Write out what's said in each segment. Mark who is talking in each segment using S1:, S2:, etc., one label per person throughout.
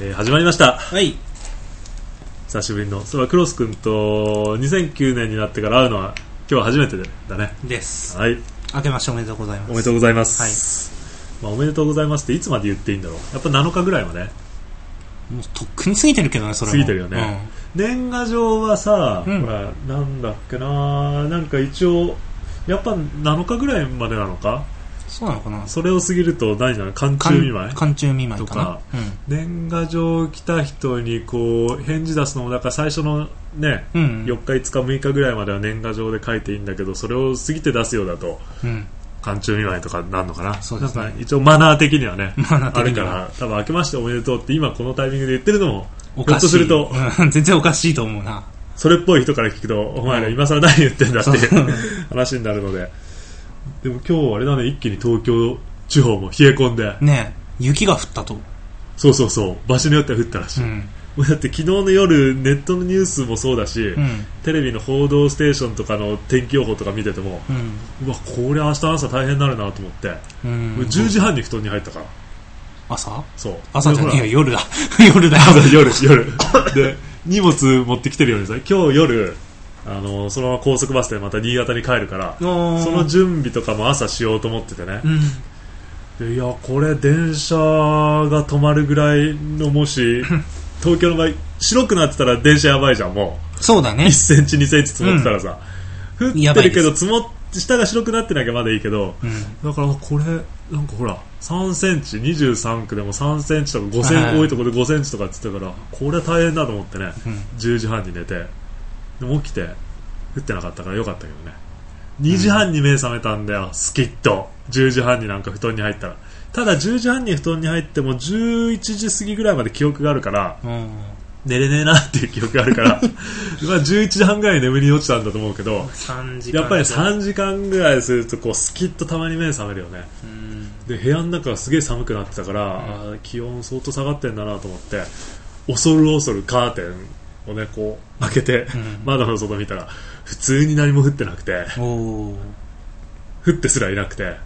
S1: えー始まりました
S2: はい。
S1: 久しぶりのそれはクロス君と2009年になってから会うのは今日初めてだね
S2: です。
S1: はい
S2: 明けましておめでとうございます。
S1: おめでとうございます、まあ、おめでとうございますっていつまで言っていいんだろうやっぱ7日ぐらいまで
S2: もうとっくに過ぎてるけどね、それも。
S1: 過ぎてるよね。年賀状はさ、
S2: うん
S1: ほらなんだっけななんか一応やっぱ7日ぐらいまでなのか
S2: うん。そうなのかな
S1: それを過ぎると何じゃない寒中見舞い
S2: 寒中見舞いかな。
S1: とか
S2: うん
S1: 年賀状来た人にこう返事出すのもだから最初のね、
S2: うん。
S1: 4日、5日、6日ぐらいまでは年賀状で書いていいんだけどそれを過ぎて出すようだと
S2: うん。
S1: 寒中見舞いとかになるのかな
S2: そうですね
S1: なんか一応マナー的にはね
S2: まあな
S1: あるか
S2: な。
S1: ら多分明けましておめでとうって今このタイミングで言ってるのも
S2: おかし
S1: ひ
S2: い。
S1: ょっとすると
S2: うん。全然おかしいと思うな。
S1: それっぽい人から聞くとお前ら今更何言ってんだっていう話になるの ででも今日あれだね一気に東京地方も冷え込んで
S2: ねえ雪が降ったと。
S1: そうそうそう場所によっては降ったらし
S2: う
S1: い、
S2: ん。
S1: もうだって昨日の夜ネットのニュースもそうだし、
S2: うん。
S1: テレビの報道ステーションとかの天気予報とか見てても
S2: うん。
S1: うわこれ明日の朝大変になるなと思って、
S2: うん。
S1: 俺10時半に布団に入ったから
S2: 朝
S1: そう
S2: 朝じゃねえよ、
S1: で
S2: 夜だ。夜だ よ。
S1: ほら 夜夜で荷物持ってきてるようにさ今日夜あのそのまま高速バスでまた新潟に帰るから
S2: の
S1: その準備とかも朝しようと思っててね
S2: う、ん。
S1: でいやこれ電車が止まるぐらいのも し東京の場合白くなってたら電車やばいじゃんも
S2: そうだ
S1: う
S2: ね
S1: 1。センチ2センチ積もってたらさ、降
S2: や
S1: っ
S2: ば
S1: て
S2: い
S1: るけ
S2: です
S1: ど積もって下が白くなってなきゃまだいいけど
S2: うん。
S1: だからこれなんかほら3センチ23区でも3センチとか5セン
S2: はいはい
S1: 多いところで5センチとかって言ってたからこれ大変だと思ってね
S2: うん。
S1: 10時半に寝てでも起きて降ってなかったからよかったけどね2時半に目覚めたんだよ、スキッと10時半になんか布団に入ったらただ10時半に布団に入っても11時過ぎぐらいまで記憶があるから
S2: うん。
S1: 寝れねえなっていう記憶があるからま あ11時半ぐらいに眠りに落ちたんだと思うけど
S2: 3時間。
S1: やっぱり3時間ぐらいするとこうスキッとたまに目覚めるよね
S2: うん。
S1: で部屋の中がすげえ寒くなってたから、あー気温相当下がってんだなと思って恐る恐るカーテンをねこう開けて、
S2: ん
S1: 窓の外見たら普通に何も降ってなくて
S2: おー。
S1: 降ってすらいなくて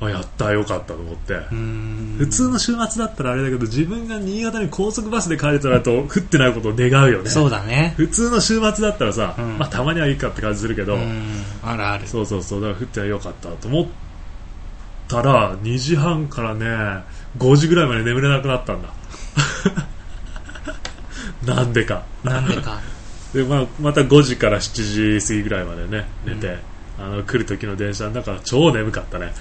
S1: あやったよかったと思って、
S2: うん。
S1: 普通の週末だったらあれだけど自分が新潟に高速バスで帰れたらと降ってないことを願うよね
S2: そうだね。
S1: 普通の週末だったらさ、
S2: うん
S1: まあ、たまにはいいかって感じするけど、
S2: うん。あるある。
S1: そうそうそうだから降ってはよかったと思ったら2時半からね5時ぐらいまで眠れなくなったんだ なんでか
S2: なんでか。
S1: で、まあ、また5時から7時過ぎぐらいまでね寝て、あの来る時の電車の中は超眠かったね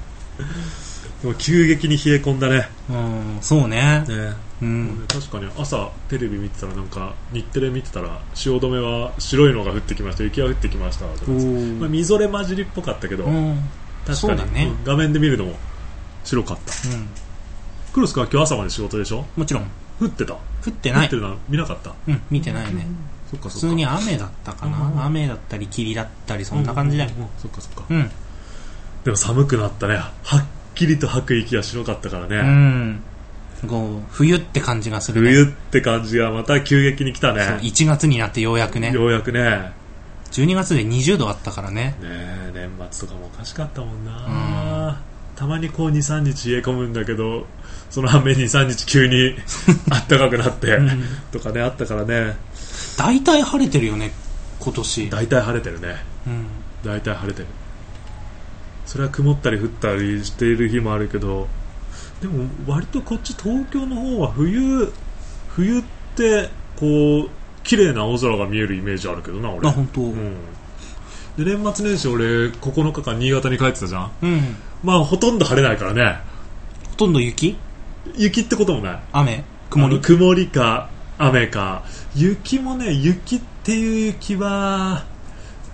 S1: でも急激に冷え込んだね
S2: うん、そうね。
S1: ね
S2: うん。
S1: 確かに朝テレビ見てたらなんか日テレ見てたら汐留は白いのが降ってきました雪が降ってきましたとか
S2: お
S1: まあ、
S2: ー
S1: みぞれ混じりっぽかったけど、
S2: うん。
S1: 確
S2: そ
S1: か
S2: うだ
S1: に、
S2: ね
S1: うん画面で見るのも白かった
S2: うん。
S1: クロス君は今日朝まで仕事でしょ
S2: もちろん、
S1: 降ってた
S2: 降って
S1: 降
S2: な
S1: っ
S2: い
S1: て。るのは見なかった
S2: うん、見てないね。
S1: そっか
S2: 普
S1: そっ
S2: 通
S1: か
S2: に雨だったか
S1: うん
S2: な。雨だったり、霧だったり、そんな感じだよ
S1: う。ううんそっかそっか
S2: うん。
S1: でも寒くなったねはっきりと吐く息が白かったから
S2: う
S1: ね、
S2: ん。こう、冬って感じがするね。
S1: 冬って感じがまた急激に来た
S2: そう
S1: ね
S2: 1月になってようやくね。
S1: ようやくね
S2: 12月で20度あったからね。
S1: ねえ年末とかもおかしかったもんな、たまにこう23日冷え込むんだけどその反面23日急 にあったかくなって、
S2: うん
S1: とかねあったからね
S2: 大体晴れてるよね、今年。
S1: 大体晴れてるね
S2: うん。
S1: 大体晴れてるそれは曇ったり降ったりしている日もあるけどでも割とこっち東京の方は冬冬ってこう綺麗な青空が見えるイメージあるけどな俺
S2: あ、本当。う。
S1: うんんで年末年始俺9日間新潟に帰ってたじゃんまあほとんど晴れないからね
S2: ほとんど雪
S1: 雪ってこともない
S2: 雨曇
S1: あの
S2: り
S1: 曇りか雨か雪もね雪っていう雪は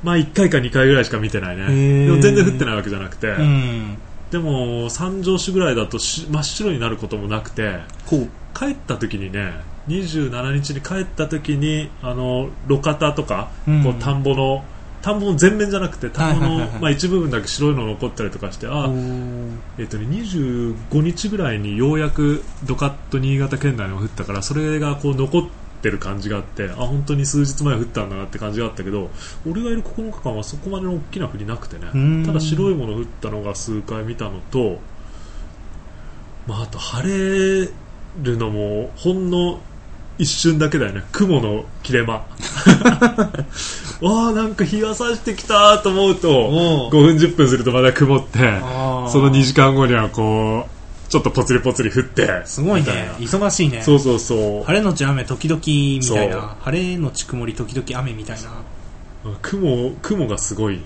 S1: まあ1回か2回ぐらいしか見てないね
S2: へー
S1: でも全然降ってないわけじゃなくて、
S2: うん。で
S1: でも三条市ぐらいだとし真っ白になることもなくて
S2: こう。
S1: 帰った時にね27日に帰った時にあの路肩とか、
S2: うん
S1: こう田んぼの田んぼの全面じゃなくて田んぼ
S2: は
S1: の
S2: いはいはいはい
S1: まあ一部分だけ白いの残ったりとかしてあ
S2: おー
S1: えっとね、25日ぐらいにようやくドカッと新潟県内にも降ったからそれがこう残ってる感じがあってあ本当に数日前降ったんだなって感じがあったけど俺がいる9日間はそこまでの大きな降りなくてね
S2: うん
S1: ただ白いもの降ったのが数回見たのと、まあ、あと晴れるのもほんの一瞬だけだよね雲の切れ間 わあなんか日が差してきたと思うと
S2: お
S1: 5
S2: う
S1: 分10分するとまだ曇って
S2: あー
S1: その2時間後にはこうちょっとポツリポツリ降って
S2: すごい
S1: みた
S2: ね
S1: な
S2: 忙しいね
S1: そうそうそう
S2: 晴れのち雨時々みたいな
S1: そう
S2: 晴れのち曇り時々雨みたいな、
S1: 雲雲がすごい
S2: うん、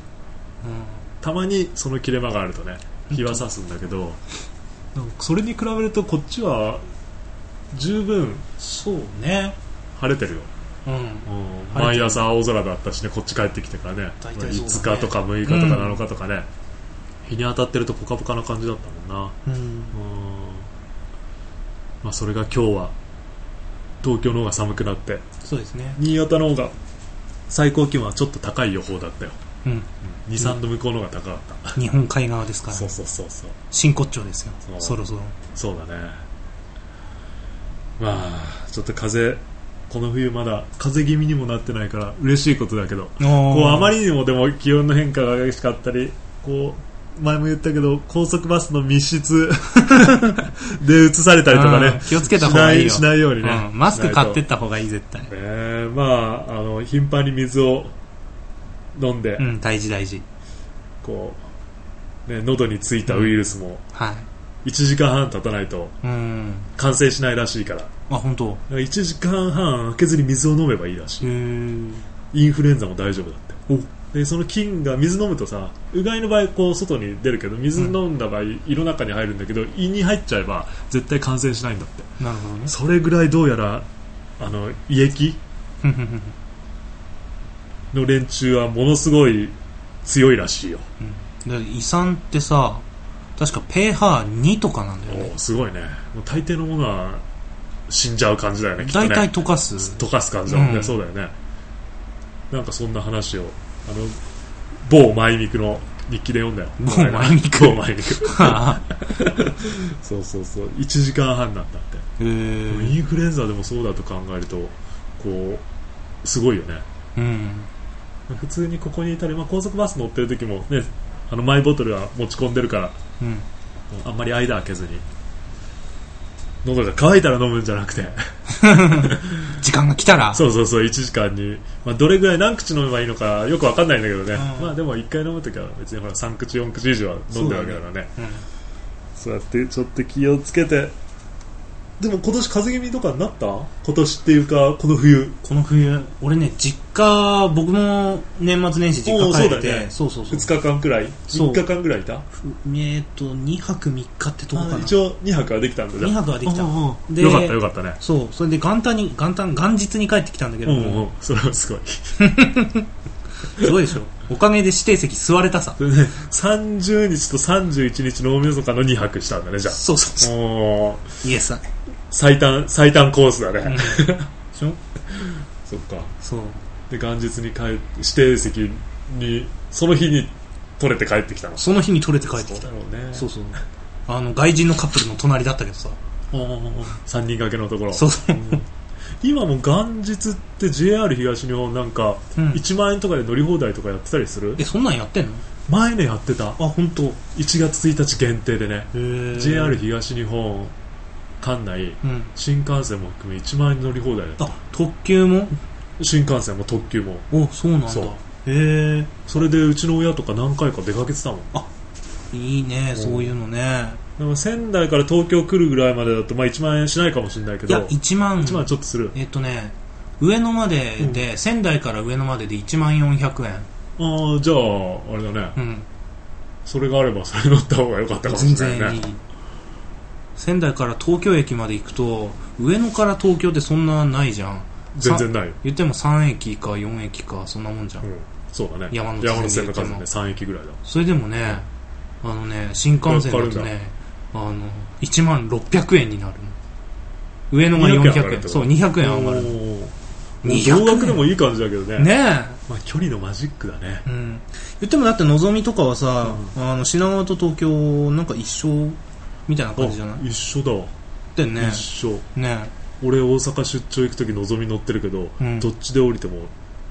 S1: たまにその切れ間があるとね日は差すんだけどなんかそれに比べるとこっちは十分
S2: そうね
S1: 晴れてるよ、
S2: うん
S1: うん、
S2: 晴れてる
S1: 毎朝青空だったしねこっち帰ってきてからね
S2: 大体そうだ
S1: 5
S2: ね
S1: 日とか6日とか7日とかね、日に当たってるとポカポカな感じだったもんな
S2: うん
S1: うんまあそれが今日は東京の方が寒くなって
S2: そうですね
S1: 新潟の方が最高気温はちょっと高い予報だったよ
S2: うん
S1: 23度向こうの方が高かった、
S2: 日本海側ですから
S1: そうそうそうそう
S2: 真骨頂ですよ
S1: そう
S2: そろそろ
S1: そうだねまあちょっと風この冬まだ風邪気味にもなってないから嬉しいことだけどこうあま
S2: り
S1: りにもでも気温の変化が激しかったりこう前も言ったけど高速バスの密室 で移されたりとかね
S2: 気をつけた方がいいよ
S1: しないしないようにね、
S2: うんマスク買ってっ
S1: ね
S2: た方がいい絶対
S1: えまああの頻繁に水を飲んで、
S2: うん大事大事
S1: こうね、喉についたウイルスも
S2: は
S1: 1
S2: い
S1: 時間半経たないと
S2: うん
S1: 完成しないらしいから
S2: あ本当。へ
S1: 1時間半開けずに水を飲めばいいらしい
S2: ー
S1: インフルエンザも大丈夫だってでその菌が水飲むとさうがいの場合こう外に出るけど水飲んだ場合、胃の中に入るんだけど胃に入っちゃえば絶対感染しないんだって
S2: なるほどね
S1: それぐらいどうやらあの胃液
S2: ふんふんふん
S1: の連中はものすごい強いらしいよ、
S2: ふんで胃酸ってさ確か pH2 とかなんだよね
S1: おーすごいねもう大抵のものは死んじゃう感じだよねきっと
S2: 大
S1: ね
S2: 体溶かす
S1: 溶かす感じだもんね、
S2: うん
S1: そうだよねなんかそんな話をあの某マイミクの日記で読んだよ
S2: 某マイ ミク
S1: 某マイミクそうそうそう1時間半なんだって、
S2: へー
S1: インフルエンザでもそうだと考えるとこうすごいよね
S2: うん
S1: 普通にここにいたり、まあ、高速バス乗ってる時もねあのマイボトルは持ち込んでるから
S2: うん
S1: あんまり間開けずに喉が渇いたら飲むんじゃなくて
S2: 時間が来たら
S1: そうそうそう1時間に、まあ、どれぐらい何口飲めばいいのかよくわかんないんだけどね、
S2: うん
S1: まあでも1回飲むときは別にほら3口4口以上は飲んでるわけだからね
S2: うん
S1: そうやってちょっと気をつけてでも今年風邪気味とかになった今年っていうかこの冬
S2: この冬俺ね実家僕も年末年始実
S1: おう
S2: 家帰って
S1: そうだよね
S2: そうそうそう
S1: 2日間くらい
S2: そう
S1: 3日間くらいいた
S2: えっと2泊3日ってとこかな
S1: あ一応2泊はできたんだじゃ
S2: 2
S1: あ
S2: 泊はできた
S1: うんうん
S2: で
S1: よかったよかったね
S2: そうそれで元旦に元旦元日に帰ってきたんだけ
S1: う
S2: ど
S1: ん
S2: も、
S1: うんそれはすごい
S2: すごいでしょおかげで指定席座れたさ
S1: それで30日と31日の大晦日の2泊したんだねじゃあ
S2: そうそうそ
S1: もう
S2: うイエスだね
S1: 最短最短コースだね、
S2: うんしょ
S1: そっか
S2: そう
S1: で元日に帰指定席にその日に取れて帰ってきたの
S2: その日に取れて帰ってき
S1: そ
S2: た
S1: うだろうね
S2: そうそうあの外人のカップルの隣だったけどさ
S1: 3人掛けのところ
S2: そうそう
S1: 今も元日って JR 東日本なんか
S2: うん
S1: 1万円とかで乗り放題とかやってたりする、
S2: えそんなんやってんの
S1: 前ねやってた
S2: あ本当。へ
S1: 1月1日限定でね
S2: え
S1: JR 東日本管内
S2: うん
S1: 新幹線も含め1万円乗り放題だった
S2: あ特急も
S1: 新幹線も特急も
S2: おそうなんだ
S1: そう
S2: へえ
S1: それでうちの親とか何回か出かけてたもん
S2: いいねそういうのね
S1: でも仙台から東京来るぐらいまでだと、まあ、1万円しないかもしれないけ
S2: い
S1: ど
S2: や1万
S1: 1万ちょっとする
S2: えっとね上野までで、仙台から上野までで1万400円
S1: ああじゃああれだね
S2: うん
S1: それがあればそれ乗った方が良かったかも
S2: 全
S1: しれな
S2: 然
S1: い
S2: いい
S1: ね
S2: 仙台から東京駅まで行くと上野から東京ってそんなないじゃん
S1: 全然ないよ、
S2: 言っても3駅か4駅かそんなもんじゃん、
S1: うん、そうだね
S2: 山手線
S1: 山手線の数
S2: で
S1: ね
S2: 言っ
S1: 3駅ぐらいだ
S2: それでもねあのね新幹線だ
S1: か
S2: と
S1: かるん
S2: ねあの1万600円になるの上野が400
S1: 200円
S2: 円
S1: 上がるってこと
S2: そう200円上がるの
S1: おー
S2: 200
S1: 同
S2: 円
S1: 額でもいい感じだけどね
S2: ねえ
S1: まあ、距離のマジックだね
S2: うん、言ってもだってのぞみとかはさ、あの品川と東京なんか一緒みたいな感じじゃない
S1: あ一緒だわ、
S2: だよね
S1: 一緒
S2: ね
S1: 俺大阪出張行く時のぞみ乗ってるけど、
S2: うん
S1: どっちで降りても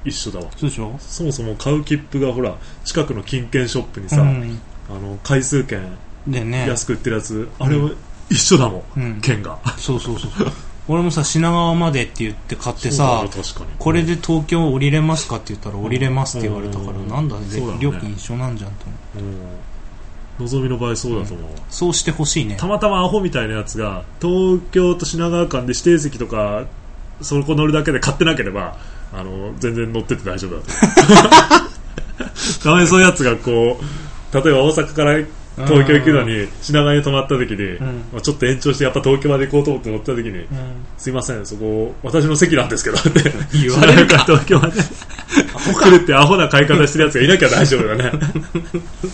S1: 一緒だわ
S2: そうでしょ
S1: そもそも買う切符がほら近くの金券ショップにさ、
S2: うん、
S1: あの回数券
S2: でね
S1: 安く売ってるやつ、あれを一緒だも、
S2: うんん
S1: 県が
S2: そうそうそうそう俺もさ品川までって言って買ってさ
S1: そうだね確かに
S2: これで東京降りれますかって言ったら降りれますって言われたから
S1: うん
S2: なんだね
S1: そうだね
S2: 料金一緒なんじゃんと思う
S1: うんのぞみの場合そうだと思う、
S2: そうしてほしいね
S1: たまたまアホみたいなやつが東京と品川間で指定席とかそこ乗るだけで買ってなければあの全然乗ってて大丈夫だと 思うたまにそういうやつがこう例えば大阪から東京行くのに品川に泊まった時に、
S2: ん
S1: まあ、ちょっと延長してやっぱ東京まで行こうと思って乗った時に、
S2: うん
S1: すいませんそこ私の席なんですけどって
S2: 言われる
S1: か東京まで来るってアホな買い方してるやつがいなきゃ大丈夫だね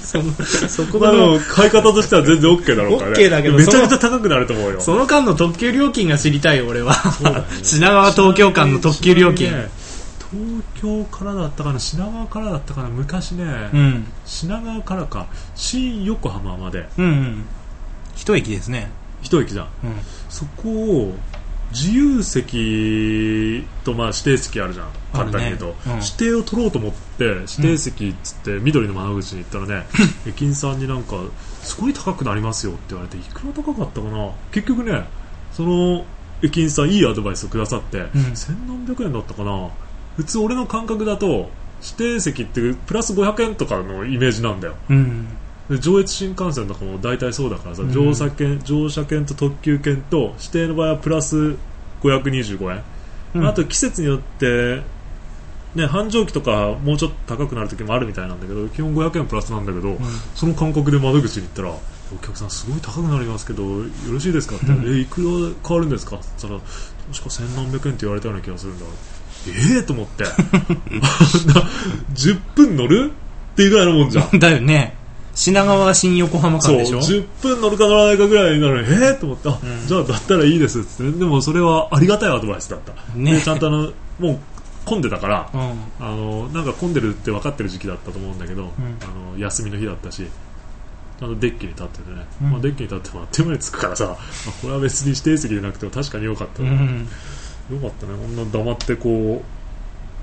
S2: そのそこ
S1: まあで
S2: がもう
S1: も買い方としては全然 OK だろうからね
S2: OK だけど
S1: めちゃめちゃ高くなると思うよ
S2: その間の特急料金が知りたいよ俺は、品川東京間の特急料金、
S1: ちなみにね東京からだったかな品川からだったかな昔ね、
S2: うん
S1: 品川からか新横浜まで
S2: うんうん一駅ですね
S1: 一駅じゃん
S2: うん
S1: そこを自由席とまあ指定席あるじゃん
S2: あ
S1: 簡
S2: るね
S1: 単に言うと、
S2: うん
S1: 指定を取ろうと思って指定席っつって緑の窓口に行った らね、駅員さんになんかすごい高くなりますよって言われていくら高かったかな結局ねその駅員さんいいアドバイスをくださって、
S2: ん
S1: 千何百円だったかな普通俺の感覚だと指定席ってプラス500円とかのイメージなんだよ
S2: うん
S1: で上越新幹線とかも大体そうだからさ、
S2: うん
S1: 乗車券乗車券と特急券と指定の場合はプラス525円、
S2: うん
S1: あと季節によって、ね、繁盛期とかもうちょっと高くなる時もあるみたいなんだけど基本500円プラスなんだけど、その感覚で窓口に行ったらお客さんすごい高くなりますけどよろしいですかって、えいくら変わるんですかって言ったら確か千何百円って言われたような気がするんだええー、と思っ て あんな10分乗るっていうぐらいのもんじゃん
S2: だよね品川新横浜
S1: そう
S2: 間でしょ
S1: 10分乗るか乗らないかぐらいなのにえー、と思って、あ
S2: うん
S1: じゃあだったらいいですっつってでもそれはありがたいアドバイスだった、
S2: ね
S1: でちゃんとあのもう混んでたから
S2: うん
S1: あのなんか混んでるって分かってる時期だったと思うんだけど、あの休みの日だったしちゃんとデッキに立っててね、
S2: うん
S1: まあ、デッキに立ってもあっという間に着くからさ、あこれは別に指定席でなくても確かに良かった、
S2: う
S1: よ
S2: ん
S1: かったねこんな黙ってこ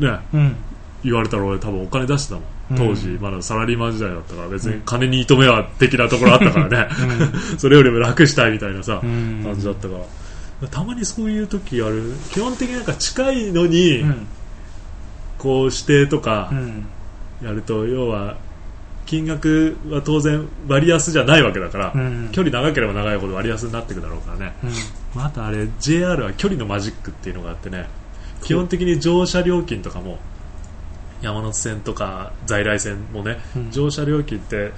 S1: うね
S2: うん
S1: 言われたら俺多分お金出してたもん
S2: う
S1: 当
S2: ん
S1: 時まだサラリーマン時代だったから別に金に糸目は的なところあったからね、
S2: う
S1: それよりも楽したいみたいなさ、
S2: ん
S1: 感じだったからたまにそういう時ある基本的になんか近いのに、
S2: うん
S1: こう指定とか
S2: うん
S1: やると、要は金額は当然割安じゃないわけだから、
S2: うん
S1: 距離長ければ長いほど割安になっていくだろうからねまたあれ JR は距離のマジックっていうのがあってね基本的に乗車料金とかも山手線とか在来線もね
S2: うん
S1: 乗車料金って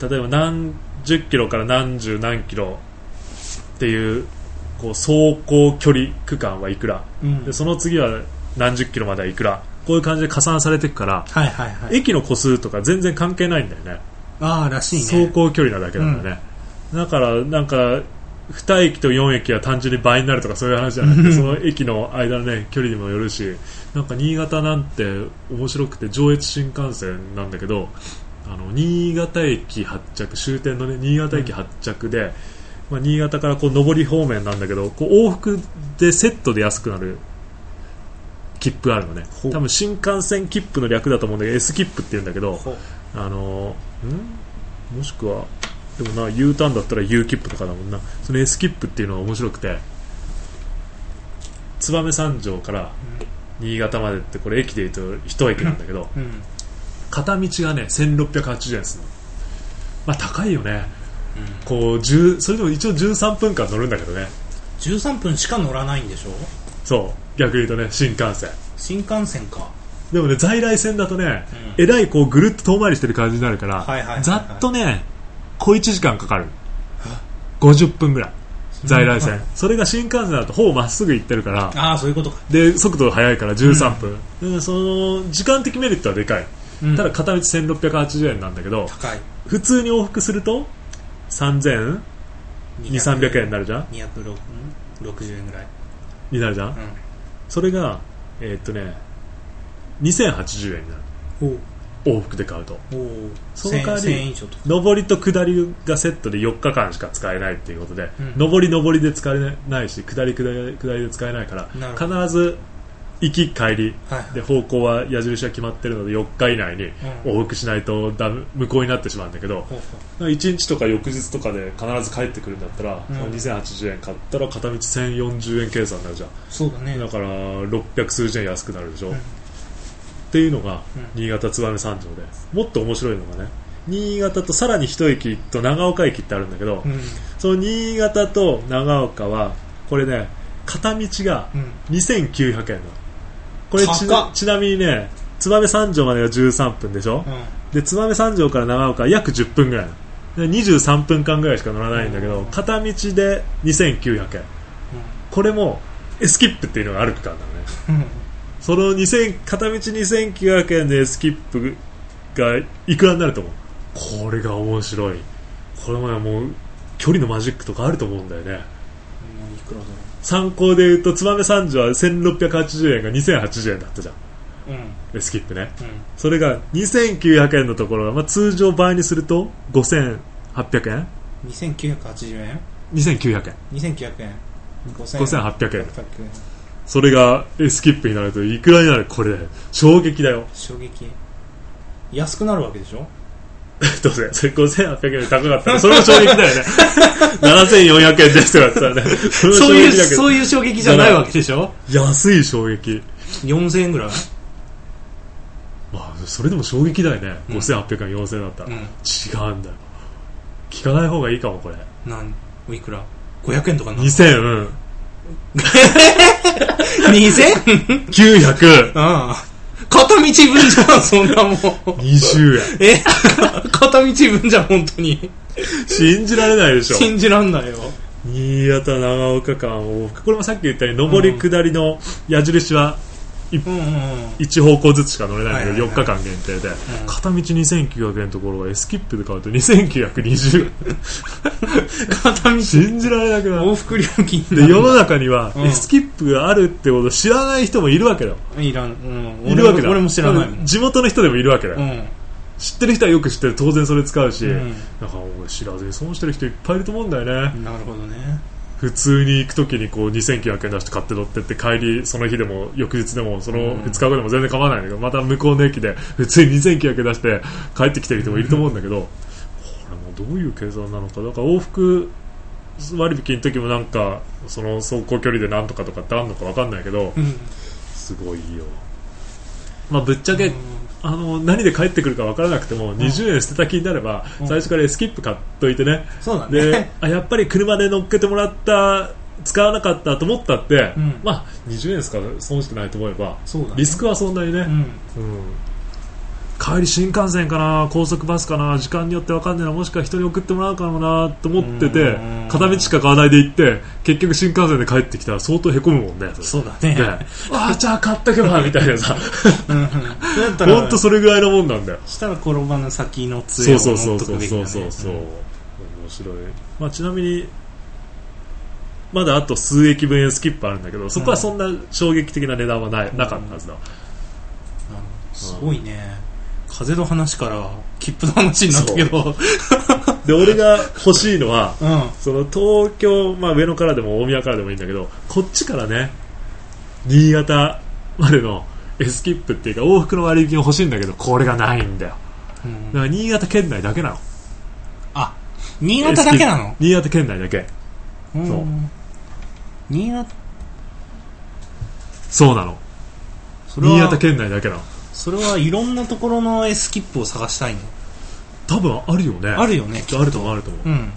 S1: 例えば何十キロから何十何キロっていうこう走行距離区間はいくら
S2: うん
S1: でその次は何十キロまではいくらこういう感じで加算されていくから
S2: はいはいはい
S1: 駅の個数とか全然関係ないんだよね
S2: ああらしいね
S1: 走行距離なだけだからね、だからなんか2駅と4駅は単純に倍になるとかそういう話じゃなくてその駅の間の、ね、距離にもよるしなんか新潟なんて面白くて上越新幹線なんだけどあの新潟駅発着終点の、ね、新潟駅発着で、まあ、新潟からこう上り方面なんだけどこう往復でセットで安くなる切符があるのね
S2: ほう
S1: 多分新幹線切符の略だと思うんだけど S 切符って言うんだけど、
S2: ほう
S1: あのんもしくはでもな U ターンだったら U 切符とかだもんなその S 切符っていうのが面白くて燕三条から新潟までってこれ駅で言うと一駅なんだけど
S2: うん
S1: 片道がね1680円するの、まあ、高いよね、こう10それでも一応13分間乗るんだけどね
S2: 13分しか乗らないんでしょ
S1: そう逆に言うとね新幹線
S2: 新幹線か
S1: でもね在来線だとね、
S2: うん
S1: えらいこうぐるっと遠回りしてる感じになるから、
S2: はいはいはいはい
S1: ざっとね小1時間かかる50分ぐらい在来線それが新幹線だとほぼまっすぐ行ってるから
S2: ああそういうことか
S1: で速度が速いから13分、でその時間的メリットはでかい、
S2: うん
S1: ただ片道1680円なんだけど
S2: 高い
S1: 普通に往復すると3000 2300円になるじゃん
S2: 260円ぐらい
S1: になるじゃん、それがえーっとね2080円になる
S2: うんおう
S1: 往復で買うと
S2: おう
S1: その代わり
S2: 1000円以上とか
S1: 上りと下りがセットで4日間しか使えないっていうことで、
S2: うん
S1: 上り上りで使えないし下り下り下りで使えないか
S2: なる
S1: ら
S2: ほ
S1: 必ず行き帰り
S2: はい
S1: で方向は矢印が決まってるので4日以内に往復しないとだ無効になってしまうんだけど
S2: ほうほ
S1: 1日とか翌日とかで必ず帰ってくるんだったら、
S2: うん
S1: その2080円買ったら片道1040円計算になるじゃん
S2: うそうだね
S1: だから600数十円安くなるでしょ、
S2: うん
S1: っていうのが新潟燕三条でもっと面白いのがね新潟とさらに一駅と長岡駅ってあるんだけど、
S2: うん
S1: その新潟と長岡はこれね片道が
S2: うん
S1: 2900円なのこれち
S2: 高
S1: な
S2: っ
S1: ちなみにね燕三条までが13分でしょ、で燕三条から長岡は約10分ぐらいなので23分間ぐらいしか乗らないんだけど、
S2: うん
S1: 片道で2900円これもエスキップっていうのがある区間なのね
S2: うんうん
S1: その2000片道2900円でスキップがいくらになると思うこれが面白いこれもねもう距離のマジックとかあると思うんだよね
S2: いくらだろ
S1: 参考で言うと燕三条は1680円が2080円だったじゃん
S2: ううん
S1: でスキップね
S2: うん
S1: それが2900円のところが、まあ、通常倍にすると5800円
S2: 2980円
S1: 2900円
S2: 2900円
S1: 5800
S2: 5800
S1: 円それがえスキップになるといくらになるこれ衝撃だよ
S2: 衝撃安くなるわけでしょ
S1: どうせそれ5800円で高かったらそれも衝撃だよ ね7400円ですとかだったらねそれも
S2: そ
S1: 衝
S2: う
S1: 撃
S2: いう
S1: だけど
S2: そういう衝撃じゃないわけでしょ
S1: 安い衝撃
S2: 4000円ぐらい
S1: まあそれでも衝撃だよね
S2: うん
S1: 5800円4000円だったら、
S2: ん
S1: 違うんだよ聞かない方がいいかもこれ
S2: 何おいくら500円とかな
S1: 2000うん
S2: 2000?
S1: 920
S2: ああ片道分じゃんそんなもん
S1: 円
S2: え片道分じゃん本当に
S1: 信じられないで しょ
S2: 信じらんないよ
S1: 新潟長岡間をこれもさっき言ったように上り下りの矢印は
S2: うんうんうん
S1: 1方向ずつしか乗れないの
S2: はい
S1: で
S2: はいはい
S1: 4日間限定で片道2900円のところがエスキップで買うと2920円
S2: 片道
S1: 信じられなくなる
S2: 往復料金
S1: で世の中には
S2: うん
S1: エスキップがあるってことを知らない人もいるわけだよ
S2: いらん、うん、
S1: いるわけだ
S2: 俺も知らないもん
S1: 地元の人でもいるわけだよ、
S2: うん
S1: 知ってる人はよく知ってる当然それ使うし、
S2: うん
S1: なんか俺知らずに損してる人いっぱいいると思うんだよね、
S2: なるほどね
S1: 普通に行く時にこう2900円出して買って乗ってって帰りその日でも翌日でもその2日後でも全然構わないんだけどまた向こうの駅で普通に2900円出して帰ってきてる人もいると思うんだけどこれもどういう計算なのかだから往復割引の時もなんかその走行距離でなんとかとかってあるのかわかんないけど
S2: うん
S1: すごいよ。まあぶっちゃけあの何で帰ってくるか分からなくても20円捨てた気になれば
S2: うん
S1: 最初からエスキップ買っといてね
S2: そうだ
S1: で
S2: ね
S1: あやっぱり車で乗っけてもらった使わなかったと思ったって、
S2: うん
S1: まあ20円しか損してないと思えば
S2: そうだね
S1: リスクはそんなに
S2: う
S1: ね、
S2: ん
S1: うん帰り新幹線かな高速バスかな時間によって分かんないなもしくは人に送ってもらうかもなと思ってて
S2: うん
S1: 片道しか買わないで行って結局新幹線で帰ってきたら相当へこむもんね。
S2: そうだね
S1: ねああじゃあ買っとけばみたいな さ
S2: うんうんそれだったら
S1: 本当それぐらいのもんなんだよ
S2: したら転ばぬ先の
S1: そ
S2: 杖
S1: う
S2: を
S1: そうそ
S2: 持
S1: う
S2: っと
S1: そ
S2: く
S1: う
S2: べきだ
S1: そう
S2: ね
S1: そうそう、
S2: ん
S1: 面白い、まあ、ちなみにまだあと数駅分へスキップあるんだけどそこはそんな衝撃的な値段はない、
S2: うん
S1: なかったはずだ、
S2: あのすごいね風の話から切符の話になったけど
S1: で俺が欲しいのは
S2: うん
S1: その東京、まあ、上野からでも大宮からでもいいんだけどこっちからね新潟までのエスキップっていうか往復の割引が欲しいんだけどこれがないんだよ
S2: うん
S1: だから新潟県内だけなの
S2: あ新潟だけなの
S1: 新潟県内だけ
S2: うん
S1: そう
S2: 新潟
S1: そうなの
S2: それは
S1: 新潟県内だけなの
S2: それはいろんなところのエスキップを探したいの
S1: 多分あるよね
S2: あるよね
S1: あると思うあると思う、
S2: うん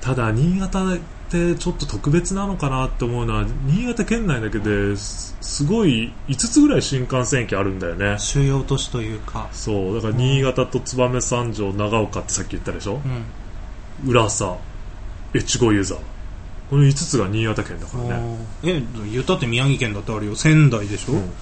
S1: ただ新潟ってちょっと特別なのかなって思うのは新潟県内だけですすごい5つぐらい新幹線駅あるんだよね
S2: 主要都市というか
S1: そうだから新潟と燕三条長岡ってさっき言ったでしょ
S2: うん
S1: 浦佐越後湯沢この5つが新潟県だか
S2: あ
S1: らね
S2: ーえ言ったって宮城県だってあるよ仙台でしょ、
S1: うん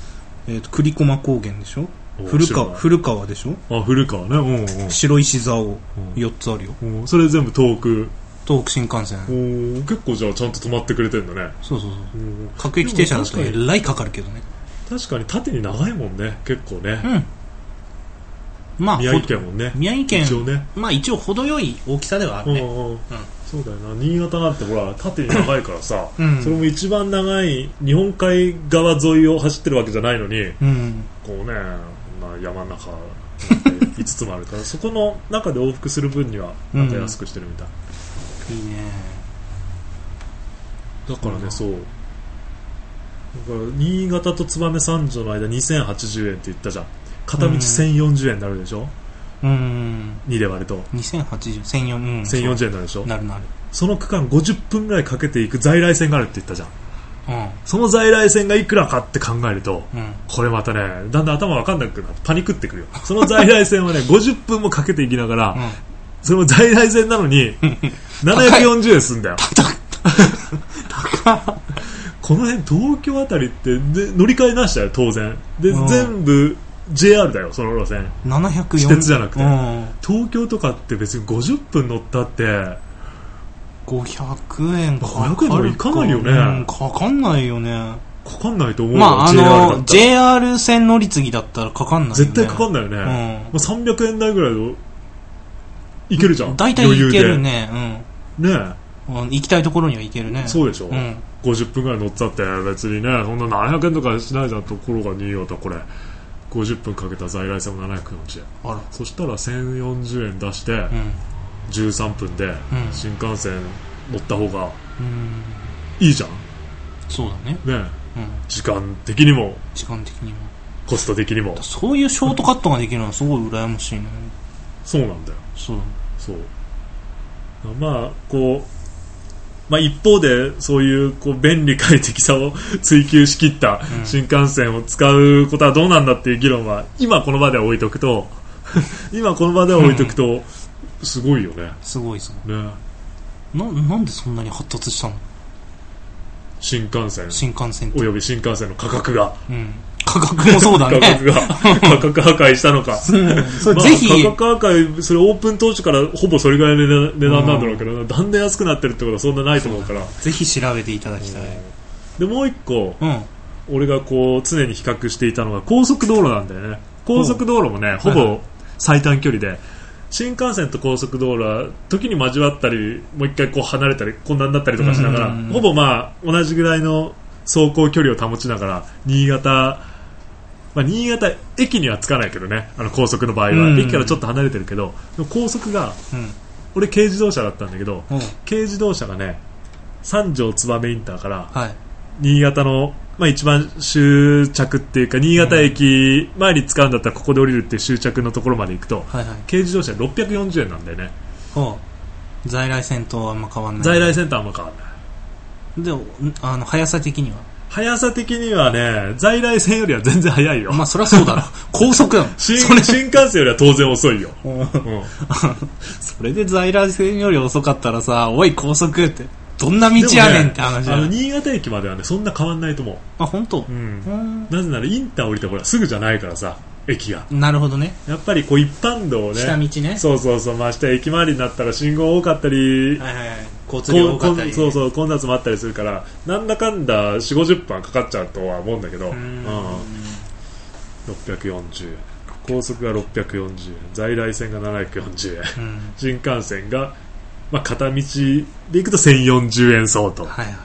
S2: えー、と栗駒高原でしょ
S1: お
S2: 古
S1: 知らな
S2: 川
S1: い
S2: 古川でしょ
S1: あ古川ねうん
S2: 白石蔵王
S1: うん
S2: 4つあるよ
S1: うんうんそれ全部遠く
S2: 東北新幹線
S1: おー結構じゃあちゃんと止まってくれてるんだね
S2: そうそうそう
S1: うん
S2: 各駅停車だと
S1: でも
S2: え
S1: 確かに
S2: らいかかるけどね
S1: 確かに縦に長いもんね結構ね
S2: うんまあ
S1: 宮城
S2: ほ
S1: 県もね
S2: 宮城
S1: 一応
S2: 県
S1: ね
S2: まあ一応程よい大きさではあるね
S1: うんうんそうだよな新潟なんてほら縦に長いからさ、
S2: うん
S1: それも一番長い日本海側沿いを走ってるわけじゃないのに
S2: うん
S1: こうね、まあ、山の中5つもあるからそこの中で往復する分にはなんか安くしてるみたい、
S2: いいねだ
S1: だからねそうだから新潟と燕三条の間2080円って言ったじゃん片道
S2: うん
S1: 1040円になるでしょ、
S2: うん
S1: 2で割ると
S2: 2080 1040うん
S1: 1040円になるでしょ、
S2: なるなる
S1: その区間50分ぐらいかけていく在来線があるって言ったじゃん
S2: う
S1: その在来線がいくらかって考えると
S2: んうん
S1: これまたねだんだん頭わかんなくなってパニックってくるよその在来線はね50分もかけていきながら、
S2: うん
S1: それも在来線なのに740円すんだよこの辺東京あたりってで乗り換えなしだよ当然で、
S2: うん
S1: 全部 JR だよその路線
S2: 740
S1: 私鉄じゃなくて
S2: うん
S1: 東京とかって別に50分乗ったって
S2: 500円かかる
S1: 500円もいかないよね
S2: うんかかんないよね
S1: かかんないと思うよ、
S2: まああ
S1: JR だったら
S2: の JR 線乗り継ぎだったらかかんないよね
S1: 絶対かかんないよね、もう300円台ぐらいでいけるじゃ
S2: うんん大体行けるね
S1: 余裕でね
S2: うんうん行きたいところには行けるね
S1: えそうでしょ、
S2: うん
S1: 50分ぐらい乗っちゃって別にねそんな700円とかしないじゃんところが新潟これ50分かけた在来線も740円
S2: あら
S1: そしたら1040円出して
S2: うん
S1: 13分で
S2: うん
S1: 新幹線乗った方が
S2: うん
S1: いいじゃん
S2: そうだね
S1: ね
S2: うん
S1: 時間的にも
S2: 時間的にも
S1: コスト的にも
S2: そういうショートカットができるのはすごい羨ましいね
S1: そうなんだよ
S2: そう
S1: そうまあこうまあ、一方でそういうこう便利快適さを 追求しきった
S2: うん
S1: 新幹線を使うことはどうなんだっていう議論は今この場では置いとくと 今この場では置いとくとすごいよね
S2: すごいぞ
S1: ね
S2: ななんでそんなに発達したの
S1: 新幹線
S2: 新幹線って
S1: および新幹線の価格が
S2: うん価格もそうだ
S1: 価
S2: ね
S1: 格 が価格破壊したのか
S2: うんそれ
S1: まあ
S2: ぜひ
S1: 価格破壊それオープン当初からほぼそれぐらいの値段値段なんだろうけどだんだん安くなってるってことはそんなないと思うから
S2: ぜひ調べていただきたい
S1: でもう一個
S2: うん
S1: 俺がこう常に比較していたのが高速道路なんだよね高速道路もね
S2: ほ
S1: ほ
S2: う
S1: ぼ最短距離で新幹線と高速道路は時に交わったりもう一回こう離れたり混乱だったりとかしながら
S2: うん
S1: ほぼまあ同じぐらいの走行距離を保ちながら新潟まあ、新潟駅には着かないけどねあの高速の場合は、
S2: うん
S1: 駅からちょっと離れてるけどでも高速が
S2: うん
S1: 俺軽自動車だったんだけど
S2: うん
S1: 軽自動車がね三条燕インターから
S2: はい
S1: 新潟の、まあ、一番終着っていうか新潟駅前に使うんだったらここで降りるっていう終着のところまで行くと
S2: はいはい
S1: 軽自動車640円なんだよね
S2: ほう在来線とあんま変わんない
S1: 在来線とあんま変わらない
S2: でんあの速さ的には
S1: 速さ的にはね在来線よりは全然速いよ、
S2: まあそり ゃそうだろ高速だもん
S1: 新
S2: それ
S1: 新幹線よりは当然遅いよ、
S2: うん
S1: うん
S2: それで在来線より遅かったらさおい高速ってどんな道やねんって話
S1: あ
S2: だ
S1: の
S2: よ、
S1: 新潟駅まではねそんな変わんないと思う、
S2: あ本当
S1: うん
S2: うん
S1: なぜならインター降りてほらすぐじゃないからさ駅が
S2: なるほどね
S1: やっぱりこう一般道をね
S2: 下道ね
S1: そうそうそうまあ、下駅周りになったら信号多かったり、
S2: はいはいはい交
S1: こ
S2: 通量多かったり、
S1: こんそうそう混雑もあったりするからなんだかんだ4 5 0分はかかっちゃうとは思うんだけど、
S2: う
S1: うんん、640円高速が640円在来線が740円
S2: うん
S1: 新幹線が、まあ、片道で行くと1040円相当、
S2: はいはい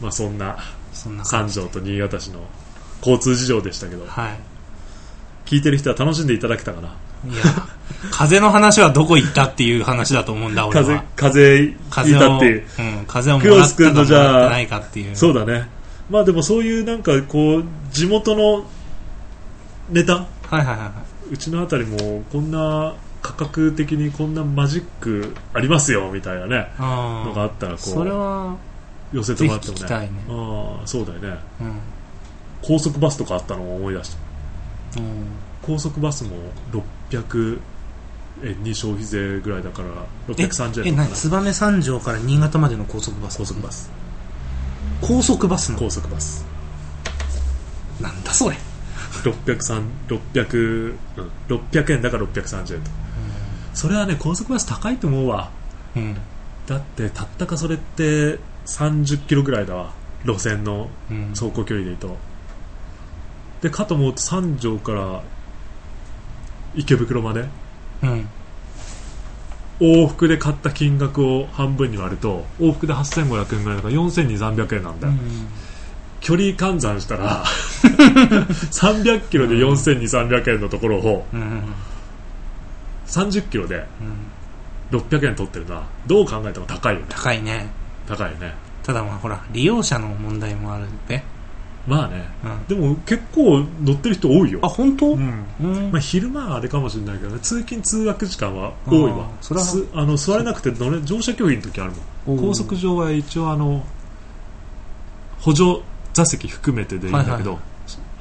S1: まあ、そんな
S2: そんな感
S1: 三条と新潟市の交通事情でしたけど
S2: じはい
S1: 聞いてる人は楽しんでいただけたかない
S2: や 風の話はどこ行ったっていう話だと思うんだ俺
S1: 風
S2: は
S1: 風いたっていう
S2: うん、風をもらった
S1: クロス君
S2: か
S1: の
S2: も
S1: じゃあ
S2: らってないかっていう
S1: そうだねまあでもそういうなんかこう地元のネタ
S2: はいはいはいはいう
S1: ちのあたりもこんな価格的にこんなマジックありますよみたいなね
S2: あー
S1: のがあったらこ
S2: それ
S1: う
S2: は
S1: 寄せて
S2: ぜひ
S1: もらって
S2: 聞
S1: も
S2: き
S1: ね
S2: たいね
S1: ああそうだよね
S2: うん
S1: 高速バスとかあったのを思い出した
S2: うん
S1: 高速バスも600円に消費税ぐらいだから630
S2: え
S1: 円だ
S2: 何
S1: から
S2: 燕三条から新潟までの高速バス
S1: 高速バス
S2: 高速バスの
S1: 高速バス
S2: なんだそれ
S1: 603 600うん600円だから630円とそれはね高速バス高いと思うわ
S2: うん
S1: だってたったかそれって30キロぐらいだわ路線の
S2: うん
S1: 走行距離でいうとでかと思うと三条から池袋まで
S2: うん
S1: 往復で買った金額を半分に割ると往復で8500円ぐらいだから4200300円なんだ
S2: う
S1: よ、
S2: ん
S1: 距離換算した ら300キロで4200300円のところを
S2: うんうん
S1: 30キロで
S2: うん
S1: 600円取ってるなどう考えても高いよね
S2: 高いね
S1: 高いよね
S2: ただまあほら利用者の問題もあるんで、
S1: まあね
S2: うん、
S1: でも結構乗ってる人多いよ
S2: あ本当、
S1: う
S2: うん
S1: んま
S2: ま
S1: あ、
S2: あ
S1: 昼間はあれかもしれないけどね通勤通学時間は多いわ
S2: あーそれは
S1: すあの座れなくて乗れ乗車拒否の時あるもん
S2: おー
S1: 高速上は一応あの補助座席含めてでいいんだけど、
S2: は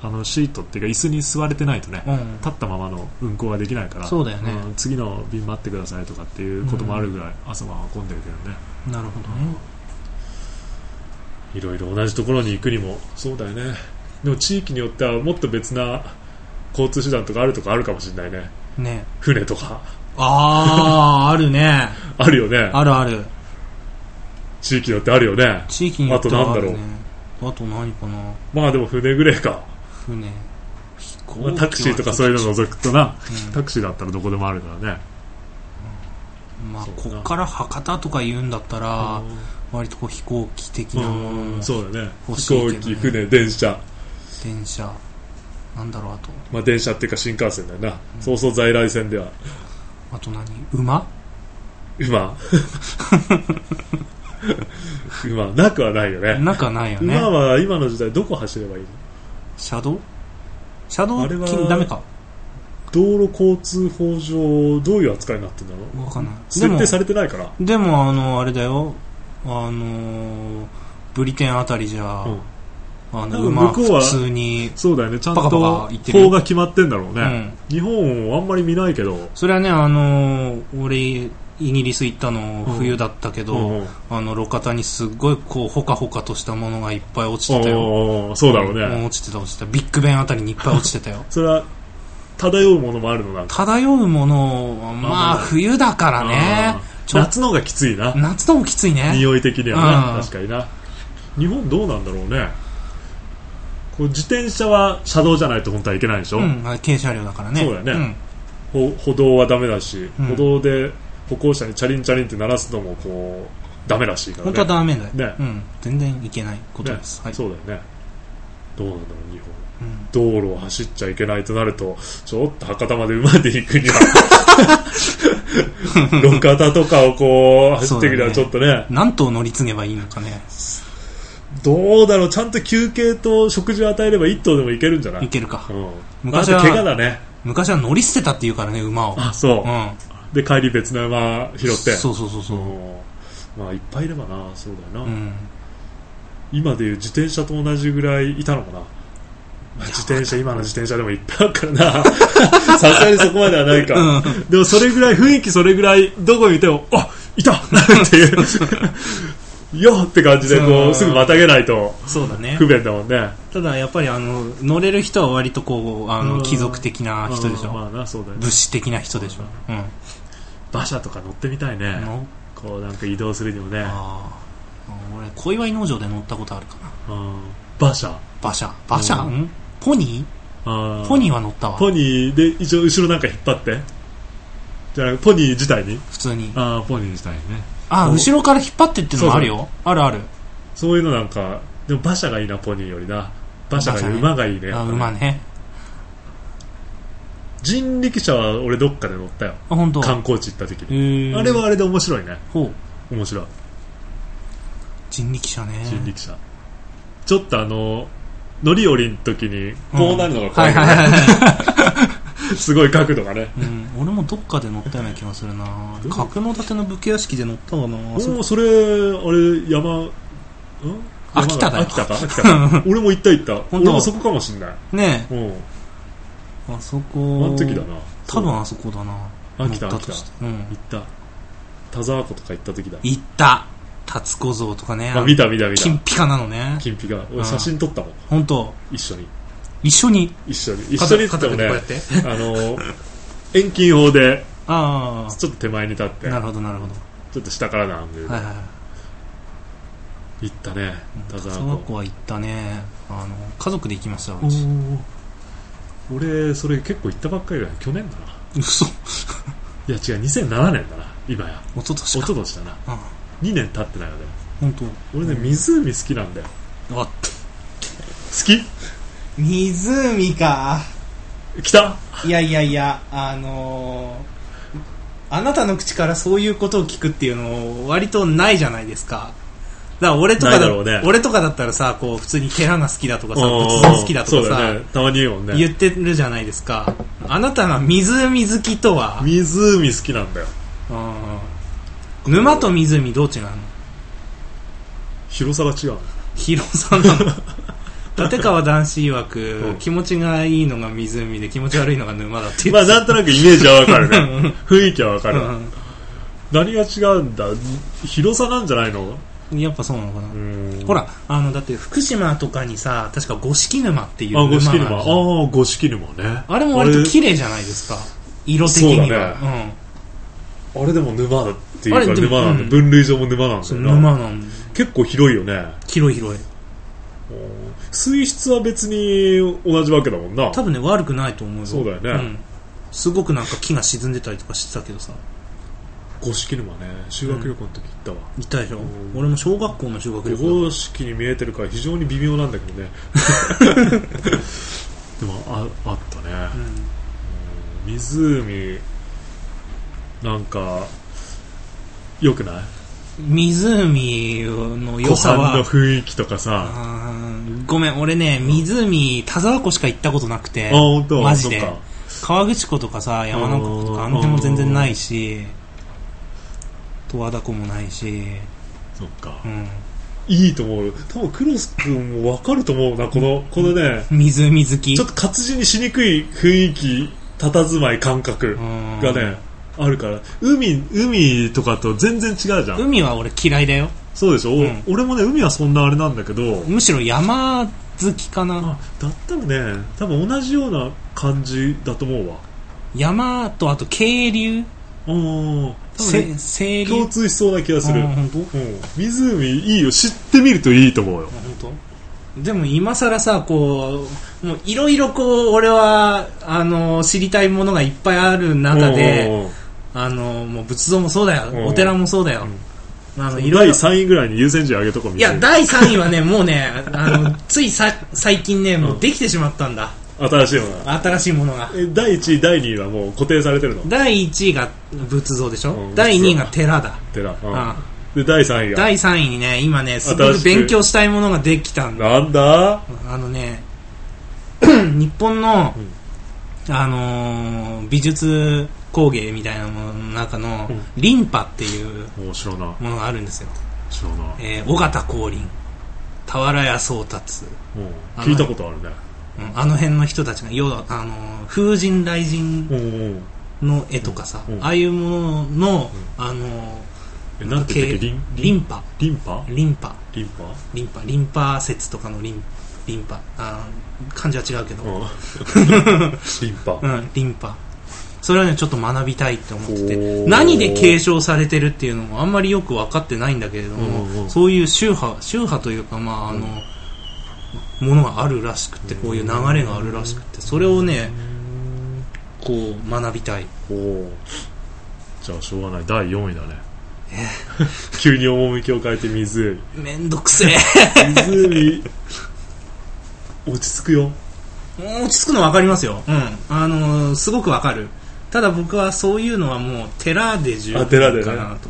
S1: あのシートっていうか椅子に座れてないとね、
S2: うん、
S1: 立ったままの運行ができないから
S2: そうだよね
S1: ん次の便待ってくださいとかっていうこともあるぐらい朝晩は混んでるけどね、
S2: なるほどね
S1: いろいろ同じところに行くにもそうだよねでも地域によってはもっと別な交通手段とかあるとかあるかもしれないね
S2: ね
S1: 船とか
S2: あああるね
S1: あるよね
S2: あるある
S1: 地域によってあるよね
S2: 地域によって
S1: あと
S2: は
S1: なん
S2: あ
S1: だ
S2: る
S1: ろう
S2: ねあと何かな
S1: まあでも船ぐらいか、
S2: 船飛行機
S1: まあ
S2: は
S1: タクシーとかそういうの除くとな
S2: う
S1: タクシーだったらどこでもあるからね
S2: んまあ
S1: そう
S2: こ
S1: か
S2: っから博多とか言うんだったら割とこう飛行機的
S1: う
S2: なもの
S1: ん
S2: も
S1: そうだね
S2: 欲
S1: 飛
S2: しいけど
S1: 行
S2: ね
S1: 機船電車
S2: 電車なんだろうあと
S1: まあ電車っていうか新幹線だよな、
S2: ん
S1: そうそう在来線では
S2: あと何馬
S1: 馬馬なくはないよね
S2: なんかないよね
S1: 馬は今の時代どこ走ればいいの
S2: 車道車道
S1: あれは
S2: 禁ダメか
S1: 道路交通法上どういう扱いになってんだろう
S2: わかんないで
S1: 設
S2: も
S1: 定されてないから
S2: でもあのあれだよあのーブリテンあたりじゃ、
S1: うん
S2: あ
S1: 多分
S2: の馬
S1: 向こうは
S2: 普通に、
S1: そうだよねちゃんと
S2: パカパカ言ってる
S1: 法が決まってんだろう
S2: う
S1: ね、
S2: ん、
S1: 日本をあんまり見ないけど、
S2: それはねあのー俺イギリス行ったの冬だったけど、
S1: うんうん
S2: あの路肩にすっごいこうほかほかとしたものがいっぱい落ちてたよ
S1: おーそうだろうね、
S2: ん落ちてた落ちてたビッグベンあたりにいっぱい落ちてた よ
S1: それは漂うものもあるのなんか
S2: 漂うもの
S1: あ
S2: はまあ
S1: まあ
S2: 冬だからね
S1: あー
S2: ちょ
S1: 夏の方がきついな
S2: 夏ともきついね
S1: 匂い的には
S2: う
S1: な、
S2: ん
S1: 確かにな日本どうなんだろうねこう自転車は車道じゃないと本当はいけないでしょ、
S2: うんあ軽車両だからね
S1: そうだよね
S2: ん
S1: ほ歩道はダメだし、
S2: うん
S1: 歩道で歩行者にチャリンチャリンって鳴らすのもこうダメらしいからね
S2: 本当はダメだよ、
S1: ね
S2: うん、全然いけないことです、
S1: ね
S2: はい
S1: そうだよねどうなんだろう日本
S2: うん
S1: 道路を走っちゃいけないとなるとちょっと博多まで馬で行くには 路肩とかをこう走ってきたらちょっとね
S2: 何頭乗り継げばいいのかね
S1: どうだろうちゃんと休憩と食事を与えれば一頭でもいけるんじゃない
S2: いけるか
S1: うん、
S2: 昔
S1: あ
S2: は
S1: と怪我だね
S2: 昔は乗り捨てたって言うからね馬を
S1: あそう
S2: う、ん
S1: で帰り別の馬拾って
S2: そうそうそうそう、
S1: うんまあいっぱいいればなそうだよ
S2: う
S1: な、
S2: ん、
S1: 今でいう自転車と同じぐらいいたのかな、まあ自転車今の自転車でもいっぱいあるからな さすがにそこまではないか、
S2: うん
S1: でもそれぐらい雰囲気それぐらいどこにいてもあいたっていう よって感じでこ
S2: そうう
S1: すぐまたげないと
S2: そうだね
S1: 不便だもんね
S2: ただやっぱりあの乗れる人は割とこうあ
S1: うん
S2: の貴族的な人でし
S1: うんま
S2: ょ
S1: あなそうだよね
S2: 武士的な人でしょ、う
S1: 馬車とか乗ってみたい
S2: ん、
S1: ね
S2: の
S1: こうなんか移動するにもね
S2: ああ俺小祝農場で乗ったことあるかな
S1: うん馬車
S2: 馬車馬車、
S1: うん
S2: んポニーポ
S1: ポ
S2: ニーは乗ったわ
S1: ポニーで一応後ろなんか引っ張ってじゃあポニー自体に
S2: 普通に
S1: ああポニー自体にね
S2: あ後ろから引っ張ってってのもあるよあるある
S1: そういうのなんかでも馬車がいいなポニーよりな馬車がいい、
S2: 馬車ね
S1: 馬がいいね
S2: あ
S1: やっぱね
S2: 馬ね
S1: 人力車は俺どっかで乗ったよ
S2: あ本当。
S1: 観光地行った時
S2: え
S1: に
S2: ー
S1: あれはあれで面白いね
S2: ほう
S1: 面白い
S2: 人力車ね
S1: 人力車ちょっとあの乗り降りの時にこうなるのが怖いよね、
S2: はいはいはいは
S1: すごい角度がね
S2: い、うん、俺もどっかで乗ったような気がするな
S1: どう
S2: 角の館の武家屋敷で乗ったかな
S1: お
S2: そう
S1: おそれあれ山ん
S2: 秋田だよ
S1: 山が秋田か秋田 か俺も行った行った
S2: 当
S1: 俺もそこかもしんない
S2: ね
S1: うん
S2: えあそ
S1: あ
S2: こ
S1: の時だな
S2: 多
S1: そう
S2: 分あそこだな
S1: 秋田
S2: 乗っ
S1: 秋田
S2: たと
S1: 行
S2: してうん
S1: った田沢湖とか行った時だ
S2: 行った達子像とかね
S1: あ見た見た見
S2: 金
S1: た
S2: ピカなのね
S1: 金ピカ
S2: う
S1: 俺
S2: ん
S1: 写真撮ったもん
S2: 本当
S1: 一緒に
S2: 一緒に
S1: 一緒に一緒にっつって
S2: 片
S1: も
S2: 手
S1: ね
S2: でこうやって
S1: あの遠近法で
S2: あ
S1: ちょっと手前に立って
S2: あなるほどなるほど
S1: ちょっと下からのアングルで
S2: はいはいはい
S1: 行ったね田沢
S2: 小学
S1: 湖
S2: 校は行ったねあの家族で行きましたよ
S1: お
S2: うち
S1: ー俺それ結構行ったばっかりだよ去年だな
S2: 嘘
S1: いや違う2007年だな今や
S2: 一昨年
S1: 一
S2: か
S1: 昨年だな
S2: あ
S1: 2年経ってないよね
S2: 本当。
S1: 俺ね湖好きなんだよ
S2: あ
S1: 好き
S2: 湖か
S1: 来た
S2: いやいやいやあのーあなたの口からそういうことを聞くっていうの割とないじゃないですかだから俺とか
S1: な
S2: だ
S1: いだろうね
S2: 俺とかだったらさこう普通に寺が好きだとかさ
S1: うん
S2: 仏像好きだとか
S1: そう
S2: さ
S1: だ、ねたまに言うもんね
S2: 言ってるじゃないですかあなたが湖好きとは
S1: 湖好きなんだよ
S2: うん沼と湖どう違うの
S1: 広さが違う
S2: 広さなの立川男子曰く、
S1: うん
S2: 気持ちがいいのが湖で気持ち悪いのが沼だっていう
S1: まあなんとなくイメージはわかるね雰囲気はわかる、
S2: う
S1: 何が違うんだ広さなんじゃないの
S2: んやっぱそうなのかな、
S1: うん
S2: ほらあのだって福島とかにさ確か五色沼っていう
S1: あ五
S2: が
S1: 色
S2: るじゃん
S1: 沼ああ五色沼ね
S2: あれも割と綺麗じゃないですか色的に
S1: そうだ
S2: はうん
S1: あれでも沼だっていう
S2: あ
S1: か
S2: れでも
S1: 沼なんだ、
S2: うん
S1: 分類上も沼なんだ
S2: そ
S1: よ
S2: う
S1: な
S2: 沼なんだ
S1: 結構広いよね
S2: 広い広い
S1: 水質は別に同じわけだもんな
S2: 多分ね悪くないと思うよ
S1: そうだよね
S2: ん、すごくなんか木が沈んでたりとかしてたけどさ
S1: 五色沼ね修学旅行の時行ったわ、
S2: いたでしょ
S1: うん
S2: 俺も小学校の修学旅行
S1: 五色に見えてるから非常に微妙なんだけど ねでもああったね、
S2: う
S1: 湖なんかよくない
S2: ん湖の良
S1: 湖
S2: さ
S1: 畔の
S2: は
S1: 雰囲気とかさ
S2: あーごめん俺ね湖田沢湖しか行ったことなくて
S1: あ本当
S2: マジで
S1: そっか
S2: 川口湖とかさ山中湖とかあの辺も全然ないし十和田湖もないし、
S1: そっか
S2: うん、
S1: いいと思う多分クロス君も分かると思うなこのこのね
S2: 湖好き
S1: ちょっと活字にしにくい雰囲気佇まい感覚
S2: うん
S1: がねあるから海海とかと全然違うじゃん
S2: 海は俺嫌いだよ
S1: そうでしょ、
S2: うん
S1: 俺もね海はそんなあれなんだけど
S2: むしろ山好きかな
S1: あだったらね多分同じような感じだと思うわ
S2: 山とあと渓流
S1: うん多分ね
S2: せ清流
S1: 共通しそうな気がする
S2: あー本当
S1: うん湖いいよ知ってみるといいと思うよ
S2: 本当でも今更さこうもういろいろこう俺はあの知りたいものがいっぱいある中であのもう仏像もそうだ
S1: うん
S2: よお寺もそうだよあの
S1: 第
S2: いろいろ
S1: 3位ぐらいに優先順位上げとこう
S2: いや第3位はねもうねあのついさ最近ねもうできてしまったんだ
S1: 新しいのが
S2: 新しいものが
S1: え第1位第2位はもう固定されてるの
S2: 第1位が仏像でしょ
S1: うん
S2: 第2位が寺だ
S1: ってな、うん
S2: あ
S1: で第3位が
S2: 第3位にね今ねすご
S1: 新
S2: く
S1: しく
S2: 勉強したいものができたんだ
S1: なんだ
S2: あのね、 日本の、あのー美術工芸みたいなものの中の、
S1: うん
S2: リンパっていう
S1: もう知らない
S2: ものがあるんですよ。
S1: 知らない
S2: えー、尾形光琳、俵屋宗達、
S1: もう
S2: あの
S1: 聞いたことあるね
S2: うんあの辺の人たちが、要は、あのー風神雷神
S1: うんうん
S2: の絵とかさ、
S1: うんうん
S2: ああいうものの、あの
S1: え
S2: ー
S1: なんて言ったっけ
S2: け
S1: リン
S2: リンパ、
S1: リンパ
S2: リンパ、
S1: リンパ
S2: リンパ、リンパ節とかのリン、リンパ、あー漢字は違うけど、
S1: うん リンパ
S2: うん、リンパ。それはね、ちょっと学びたいって思って
S1: ほ
S2: て、
S1: う
S2: 何で継承されてるっていうのもあんまりよく分かってないんだけれども、
S1: うんうん
S2: そういう宗派、宗派というか、まあ、あの、ものがあるらしくて、こういう流れがあるらしくて、それをね、こう、学びたい。
S1: おーじゃあしょうがない第4位だね 急に趣を変えて湖
S2: めんど くせえ。
S1: 湖落ち着くよ
S2: もう落ち着くの分かりますよ。うん。あのすごく分かる。ただ僕はそういうのはもう寺で十
S1: あ寺で
S2: 分
S1: ね
S2: かなと。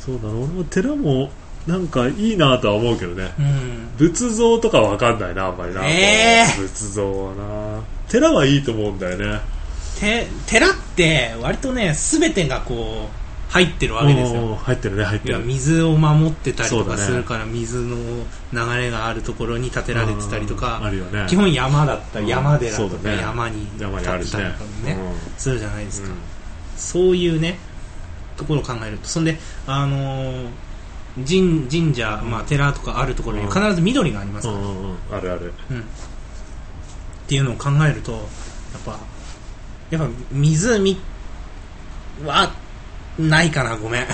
S1: そうだな俺も寺もなんかいいなとは思うけどね
S2: うん。
S1: 仏像とかわかんないなあんまりな、
S2: えー
S1: 仏像はな寺はいいと思うんだよね
S2: て寺って割とね全てがこう入ってるわけです
S1: お
S2: よ
S1: ー入ってるね入っ
S2: い
S1: て
S2: や
S1: る
S2: 水を守ってたりと
S1: そうだ
S2: か
S1: ね
S2: するから、水の流れがあるところに建てられてたりと
S1: うんあ
S2: か
S1: るよね
S2: 基本山だったら
S1: うん
S2: 山寺と
S1: そう
S2: か
S1: だね
S2: 山に建
S1: 山
S2: て
S1: にあ
S2: た
S1: る
S2: り
S1: し
S2: と
S1: ね
S2: かね
S1: うん
S2: するじゃないですか、そういうねところを考えるとそんで、あのー神神社、まあ、寺とかあるところに必ず緑があります
S1: う
S2: か
S1: んうん
S2: ら、
S1: うんあるある
S2: うん、っていうのを考えるとやっぱやっぱ湖はないかなごめん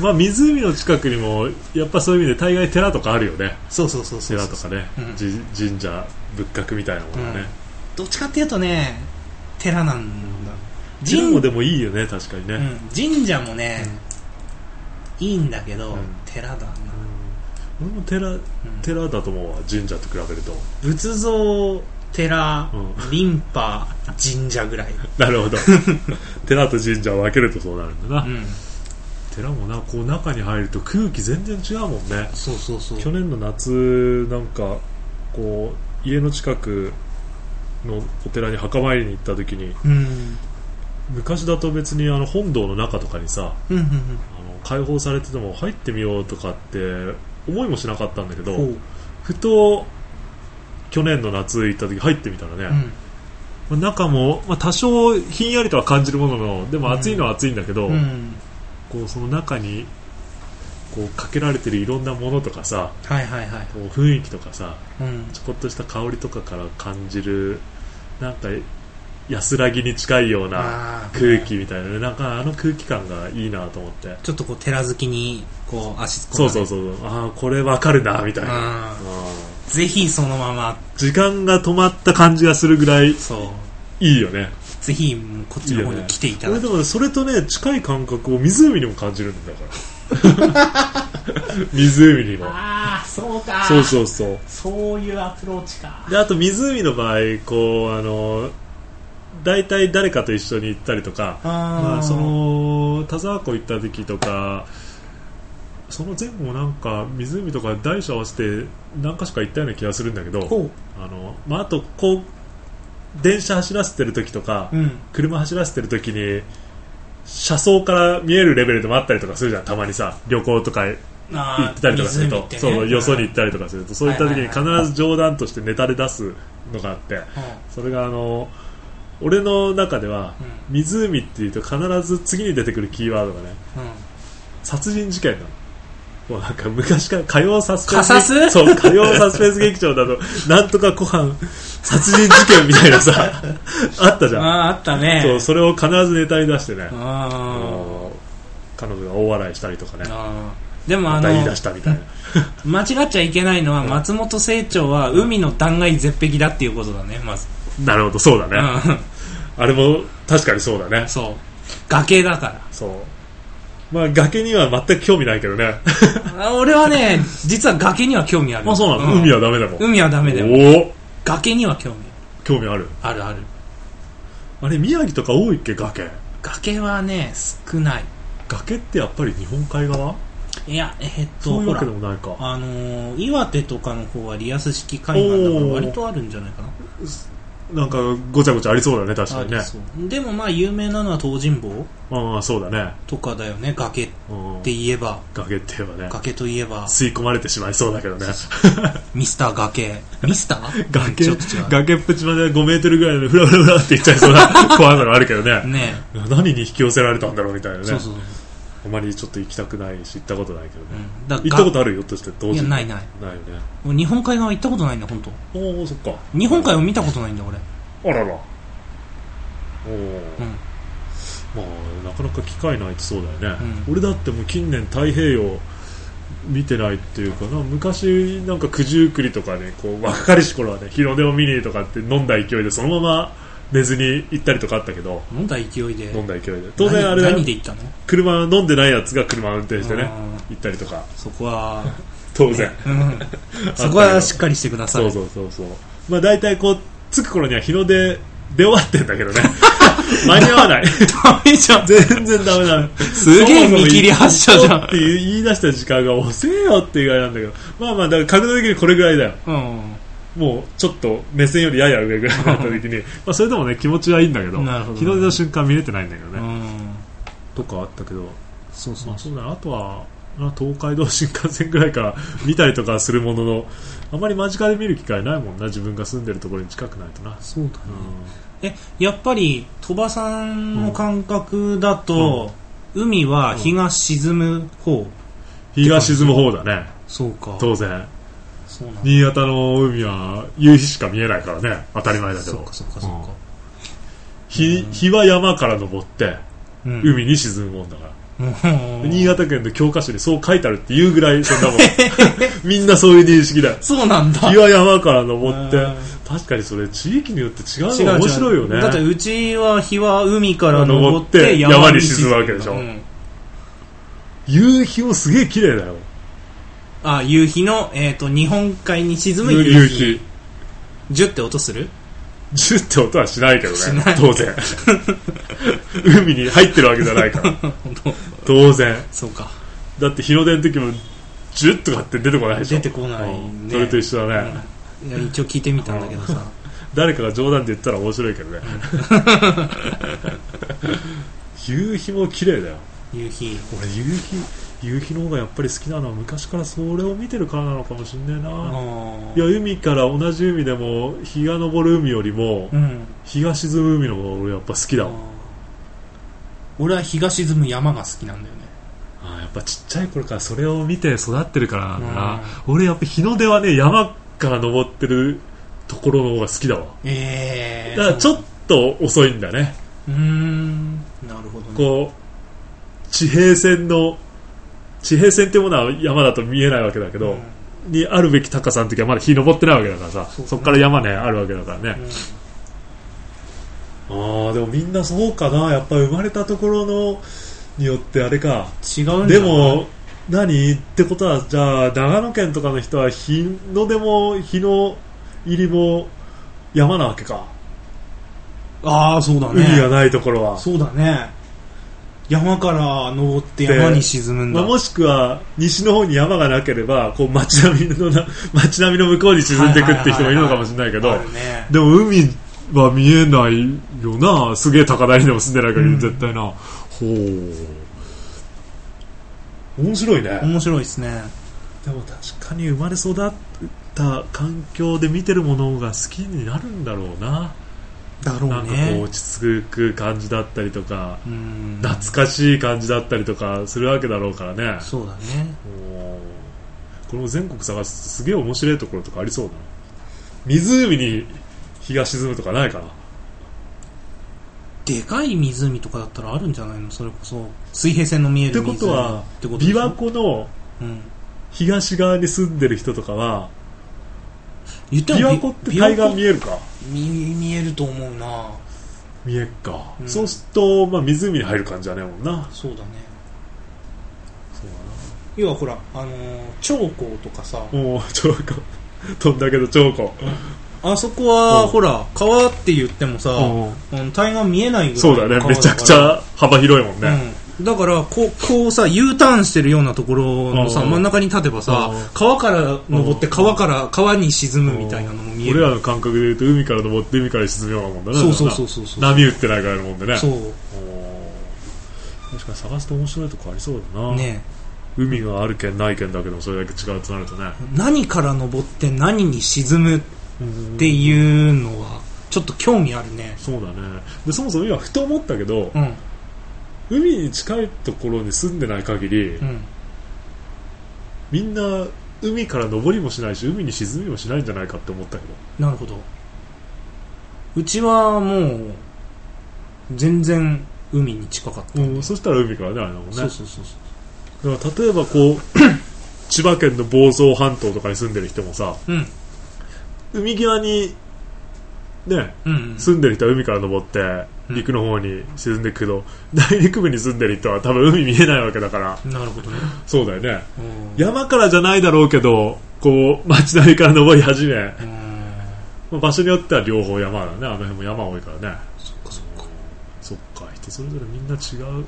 S1: まあ湖の近くにもやっぱそういう意味で大概寺とかあるよね
S2: そうそうそうそう
S1: 寺とかね、
S2: うん
S1: じ神社仏閣みたいなものね、
S2: どっちかっていうとね寺なんだ
S1: 神
S2: 神,、
S1: もでもいいよね確かにね、
S2: うん、神社もね、いいんだけど、
S1: うん
S2: 寺だな、
S1: 俺も寺寺だと思うわ神社と比べると
S2: 仏像寺、
S1: う
S2: リンパ神社 ぐらい、
S1: なるほど 寺と神社を分けるとそうなるんだな、
S2: うん、
S1: 寺もなこう中に入ると空気全然違うもんね
S2: そうそうそう
S1: 去年の夏なんかこう家の近くのお寺に墓参りに行った時に
S2: うん
S1: 昔だと別にあの本堂の中とかにさ
S2: うんうん
S1: あの開放されてても入ってみようとかって思いもしなかったんだけ
S2: うんほう
S1: どふと去年の夏行った時入ってみたらね、
S2: うん
S1: まあ中も、まあ、多少ひんやりとは感じるもののでも暑いのは暑いんだけど、
S2: うん
S1: こうその中にこうかけられてるいろんなものとかさ
S2: はいはいはい
S1: こう雰囲気とかさ
S2: うん
S1: ちょこっとした香りとかから感じるなんか安らぎに近いような
S2: あー
S1: 空気みたいなねなんかあの空気感がいいなと思って
S2: ちょっとこう寺好きにこう足突っ込
S1: そ
S2: ん
S1: う
S2: だ
S1: そうそうああこれわかるなみたいな
S2: あ
S1: うん
S2: ーぜひそのまま
S1: 時間が止まった感じがするぐらいい
S2: そう
S1: いよね
S2: ぜひもうこっちの方に来ていた
S1: 俺
S2: だき
S1: でもそれとね近い感覚を湖にも感じるんだから 湖にも
S2: ああそうか
S1: そうそうそう
S2: そういうアプローチか
S1: であと湖の場合こうあの大体誰かと一緒に行ったりとか
S2: あー
S1: まあ、その田沢湖行った時とかその前後もなんか湖とか大小合わせて何か所か行ったような気がするんだけど
S2: ほ
S1: あの、まあ、あとこう電車走らせてる時とか、
S2: ううん
S1: 車走らせてる時に車窓から見えるレベルでもあったりとかするじゃんたまにさ旅行とか行
S2: 行
S1: ったりとかすると、そうよそに行ったりとかするとそういった時に
S2: はいはいはい
S1: 必ず冗談としてネタで出すのがあってそれがあの俺の中では
S2: う
S1: 湖っていうと必ず次に出てくるキーワードがね
S2: んうん
S1: 殺人事件なの。もうなんか昔から火曜サスペンス
S2: カサス
S1: そう火曜サスペンス劇場だとなんとかご飯殺人事件みたいなさあったじゃん
S2: ああーあったね
S1: そうそれを必ずネタに出してね、
S2: あ
S1: あ
S2: ー
S1: の彼女が大笑いしたりとかね
S2: あーでも
S1: ま
S2: あの
S1: た言い出したみたいな
S2: 間違っちゃいけないのは松本清張は海の断崖絶壁だっていうことだねまず
S1: なるほどそうだね、
S2: う
S1: あれも確かにそうだね
S2: んそう崖だから
S1: そうまあ崖には全く興味ないけどね
S2: あ俺はね、実は崖には興味ある。
S1: あそうなの、
S2: ん
S1: 海はダメだもん
S2: 海はダメだよ。
S1: おお
S2: 崖には興味
S1: 興味ある
S2: ある。あるある。
S1: あれ宮城とか多いっけ崖
S2: 崖はね、少ない。
S1: 崖ってやっぱり日本海側
S2: いや、えーっと、
S1: そういう
S2: ほ
S1: わ
S2: ら
S1: けで、もないか
S2: あのー岩手とかの方はリアス式海岸だから
S1: おー
S2: 割とあるんじゃないかな。
S1: なんかごちゃごちゃありそうだね確かにね
S2: ありそうでもまあ有名なのは東尋坊
S1: うんそうだね、
S2: とかだよね、崖っ
S1: うん、
S2: て言えば。
S1: 崖って言えばね
S2: 崖といえば、
S1: 吸い込まれてしまいそうだけどね
S2: ミスター 崖。ミスター
S1: 崖
S2: ちょっと違う。
S1: 崖っぷちまで5メートルぐらいのフラフラフラっていっちゃいそうな 怖さがあるけどね
S2: ね
S1: 何に引き寄せられたんだろうみたいなね
S2: そうそうそう。
S1: あまりちょっと行きたくないし行ったことないけど
S2: う
S1: ね、
S2: ん、だ
S1: 行ったこと
S2: と
S1: あるよとして同
S2: い
S1: 時
S2: や、
S1: に
S2: ないない。
S1: ないよね
S2: 俺日本海側行ったことないんだ、本当。
S1: おおそっか
S2: 日本海を見たことないんだ、俺。
S1: あららおお、
S2: うん
S1: まあなかなか機会ないとそうだよね、
S2: うん
S1: 俺だってもう近年太平洋見てないっていうかな昔なんか九十九里とかねこう若かりし頃はね日の出を見にとかって飲んだ勢いでそのまま寝ずに行ったりとかあったけど
S2: 飲んだ勢いで
S1: 飲んだ勢いで当然あれだ
S2: 何
S1: よ
S2: 何で行ったの
S1: 車飲んでないやつが車運転してね
S2: あ
S1: 行ったりとか
S2: ーそこは、
S1: 当然
S2: うん、 そこはしっかりしてください
S1: そうそうそうそうまあ大体こう着く頃には日の出出終わってんだけどね 間に合わない
S2: ダメじゃん
S1: 全然ダメなの
S2: すげえ見切り発車じゃ
S1: っ
S2: ん
S1: て言い出した時間が遅えよっていうぐらいなんだけどまあまあだから角度的にこれぐらいだよ
S2: うん
S1: もうちょっと目線よりやや上ぐらいになった時にまあそれでもね気持ちはいいんだけど
S2: なるほど
S1: 日の出の瞬間見れてないんだけどね、
S2: うん
S1: とかあったけど
S2: そうそ
S1: ま
S2: う
S1: あ、そうだなあとはな東海道新幹線ぐらいから見たりとかするもののあまり間近で見る機会ないもんな自分が住んでるところに近くないとな、
S2: そうだね
S1: う、
S2: えやっぱり鳥羽さんの感覚だと、海は日が沈む方、
S1: 日が沈む方だね
S2: そうか
S1: 当然
S2: そうなんだ
S1: 新潟の海は夕日しか見えないからね当たり前だけ
S2: そ
S1: ど
S2: うかそうかそうか、
S1: 日日は山から登って
S2: うん
S1: 海に沈むもんだから、
S2: うん
S1: 新潟県の教科書にそう書いてあるっていうぐらいそんな もんみんなそういう認識だよ
S2: そうなんだ
S1: 日は山から登って
S2: うん
S1: 確かにそれ地域によって違
S2: 違
S1: う
S2: う違
S1: の
S2: う
S1: 面白いよね
S2: だってうちは日は海から登
S1: 登
S2: っ
S1: ってて
S2: 山
S1: 山
S2: に
S1: に
S2: 沈
S1: 沈
S2: む
S1: むわけでしょ
S2: うん
S1: 夕日もすげえ綺麗だよ
S2: あ夕日の、えー、と日本海に沈む夕日
S1: 夕日
S2: ジュって音する
S1: ジュって音はしないけどね
S2: しない
S1: 当 然海に入ってるわけじゃないから当然
S2: そうか
S1: だって日の出の時もジュッとかって出てこないでしょ
S2: 出てこないね
S1: うんそれと一緒だね、
S2: いや一応聞いてみたんだけどさ
S1: 誰かが冗談で言ったら面白いけどね 夕日も綺麗だよ
S2: 夕日
S1: 俺夕日夕日の方がやっぱり好きなのは昔からそれを見てるからなのかもしんねえな、
S2: あー
S1: いや海から同じ海でも日が昇る海よりも
S2: うん
S1: 日が沈む海の方が俺やっぱ好きだ
S2: あ
S1: わ、
S2: ー俺は日が沈む山が好きなんだよね
S1: あーやっぱちっちゃい頃からそれを見て育ってるからなんだな、俺やっぱ日の出はね山から登ってるところの方が好きだわ
S2: ええ
S1: だからちょっと遅いんだね
S2: うーんなるほどね
S1: こう地平線の地平線ってものは山だと見えないわけだけど、
S2: うん
S1: にあるべき高さの時はまだ日登ってないわけだからさ
S2: そう
S1: そ
S2: ね
S1: こから山ねあるわけだからね、
S2: うん
S1: ああでもみんなそうかなやっぱ生まれたところのによってあれか
S2: 違うんだ
S1: でも何ってことはじゃあ長野県とかの人は日の出も日の入りも山なわけか、
S2: ああそうだ
S1: 海が
S2: ね
S1: ないところは、
S2: そうだね山から登って山に沈むん
S1: ま
S2: だ
S1: あ、もしくは西の方に山がなければこう街並みのな 街並みの向こうに沈んでいくって人もいるのかもしれないけ
S2: あ
S1: ど
S2: るね
S1: でも海は見えないよなすげえ高台にでも住んでない限
S2: う
S1: り
S2: ん
S1: 絶対な、ほう面白いね、
S2: 面白いですね
S1: でも確かに生まれ育った環境で見てるものが好きになるんだろうな
S2: だろうね
S1: なんかこう落ち着く感じだったりとか
S2: うん
S1: 懐かしい感じだったりとかするわけだろうからね、
S2: そうだね
S1: おーこれも全国探すとすげえ面白いところとかありそうだな湖に日が沈むとかないかな
S2: でかい湖とかだったらあるんじゃないのそれこそ水平線の見える
S1: って
S2: 湖
S1: ことは
S2: ってことでし
S1: 琵
S2: ょ
S1: 琶湖の
S2: うん
S1: 東側に住んでる人とかは
S2: 言ったら
S1: 琵琶湖って海岸見えるか
S2: 見見えると思うな
S1: 見えっか、
S2: うん
S1: そうすると、まあ、湖に入る感じじゃねえもんな
S2: そうだね
S1: そう
S2: 要はほらあのー長江とかさ
S1: だなもう長江 飛んだけど長江
S2: あそこ
S1: う
S2: は
S1: ん
S2: ほら川って言ってもさうん対岸見えないぐらい
S1: そうだね
S2: の川
S1: めちゃくちゃ幅広いもんね、
S2: うん、だからこうこうさ U ターンしてるようなところのさ
S1: うん
S2: 真ん中に立てばさ
S1: うん
S2: 川から登って
S1: うん
S2: 川から川に沈むみたいなのも見え
S1: 俺
S2: る
S1: らの感覚で言うと海から登って海から沈むようなもんだね
S2: そうそうそうそうそう
S1: 波打ってないからいのもんでね
S2: そう
S1: 確かに探すと面白いとこありそうだな、
S2: ね
S1: 海がある県ない県だけどそれだけ違うとなるとね
S2: 何から登って何に沈むっ
S1: って
S2: いうのはちょっと興味あるね
S1: そうだねでそもそも今ふと思ったけど
S2: う、ん
S1: 海に近いところに住んでない限り、
S2: うん
S1: みんな海から登りもしないし海に沈みもしないんじゃないかって思ったけど
S2: なるほどうちはもう全然海に近かった、
S1: うんそしたら海からねあれだもんね
S2: そうそうそうそ
S1: だから例えばこう 千葉県の房総半島とかに住んでる人もさ
S2: ううん
S1: 海際にね
S2: うんうん
S1: 住んでる人は海から登って
S2: うん
S1: 陸の方に沈んでいくけど、内陸部に住んでる人は多分海見えないわけだから
S2: なるほどね
S1: そうだよね
S2: うん
S1: 山からじゃないだろうけどこう街並みから登り始めま
S2: うん
S1: あ場所によっては両方山だねあの辺も山多いからね
S2: そっかそっか
S1: そっか人それぞれみんな違う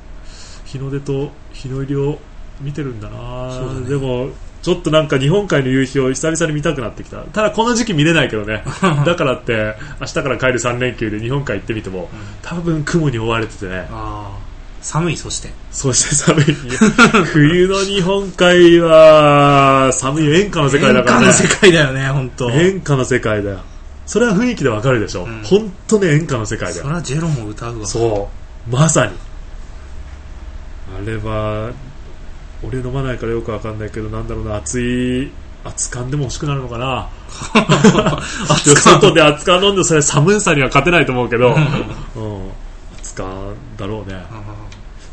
S1: 日の出と日の入りを見てるんだな
S2: そうだね
S1: でもちょっとなんか日本海の夕日を久々に見たくなってきたただこの時期見れないけど ねだからって明日から帰る3連休で日本海行ってみても多分雲に覆われててね
S2: ああ寒いそして
S1: そして寒い 冬の日本海は寒いよ演歌の世界だからね
S2: 演歌の世界だよね本当。
S1: 演歌の世界だよそれは雰囲気でわかるでしょ、
S2: うん
S1: 本当ね演歌の世界だ
S2: そ
S1: よ
S2: りゃジェロも歌うわ
S1: そうまさにあれは俺飲まないからよくわかんないけどなんだろうな熱い熱燗でも欲しくなるのか な
S2: 熱燗
S1: 外で熱燗飲んでそれ寒さには勝てないと思うけど、うん、熱燗だろうね
S2: あ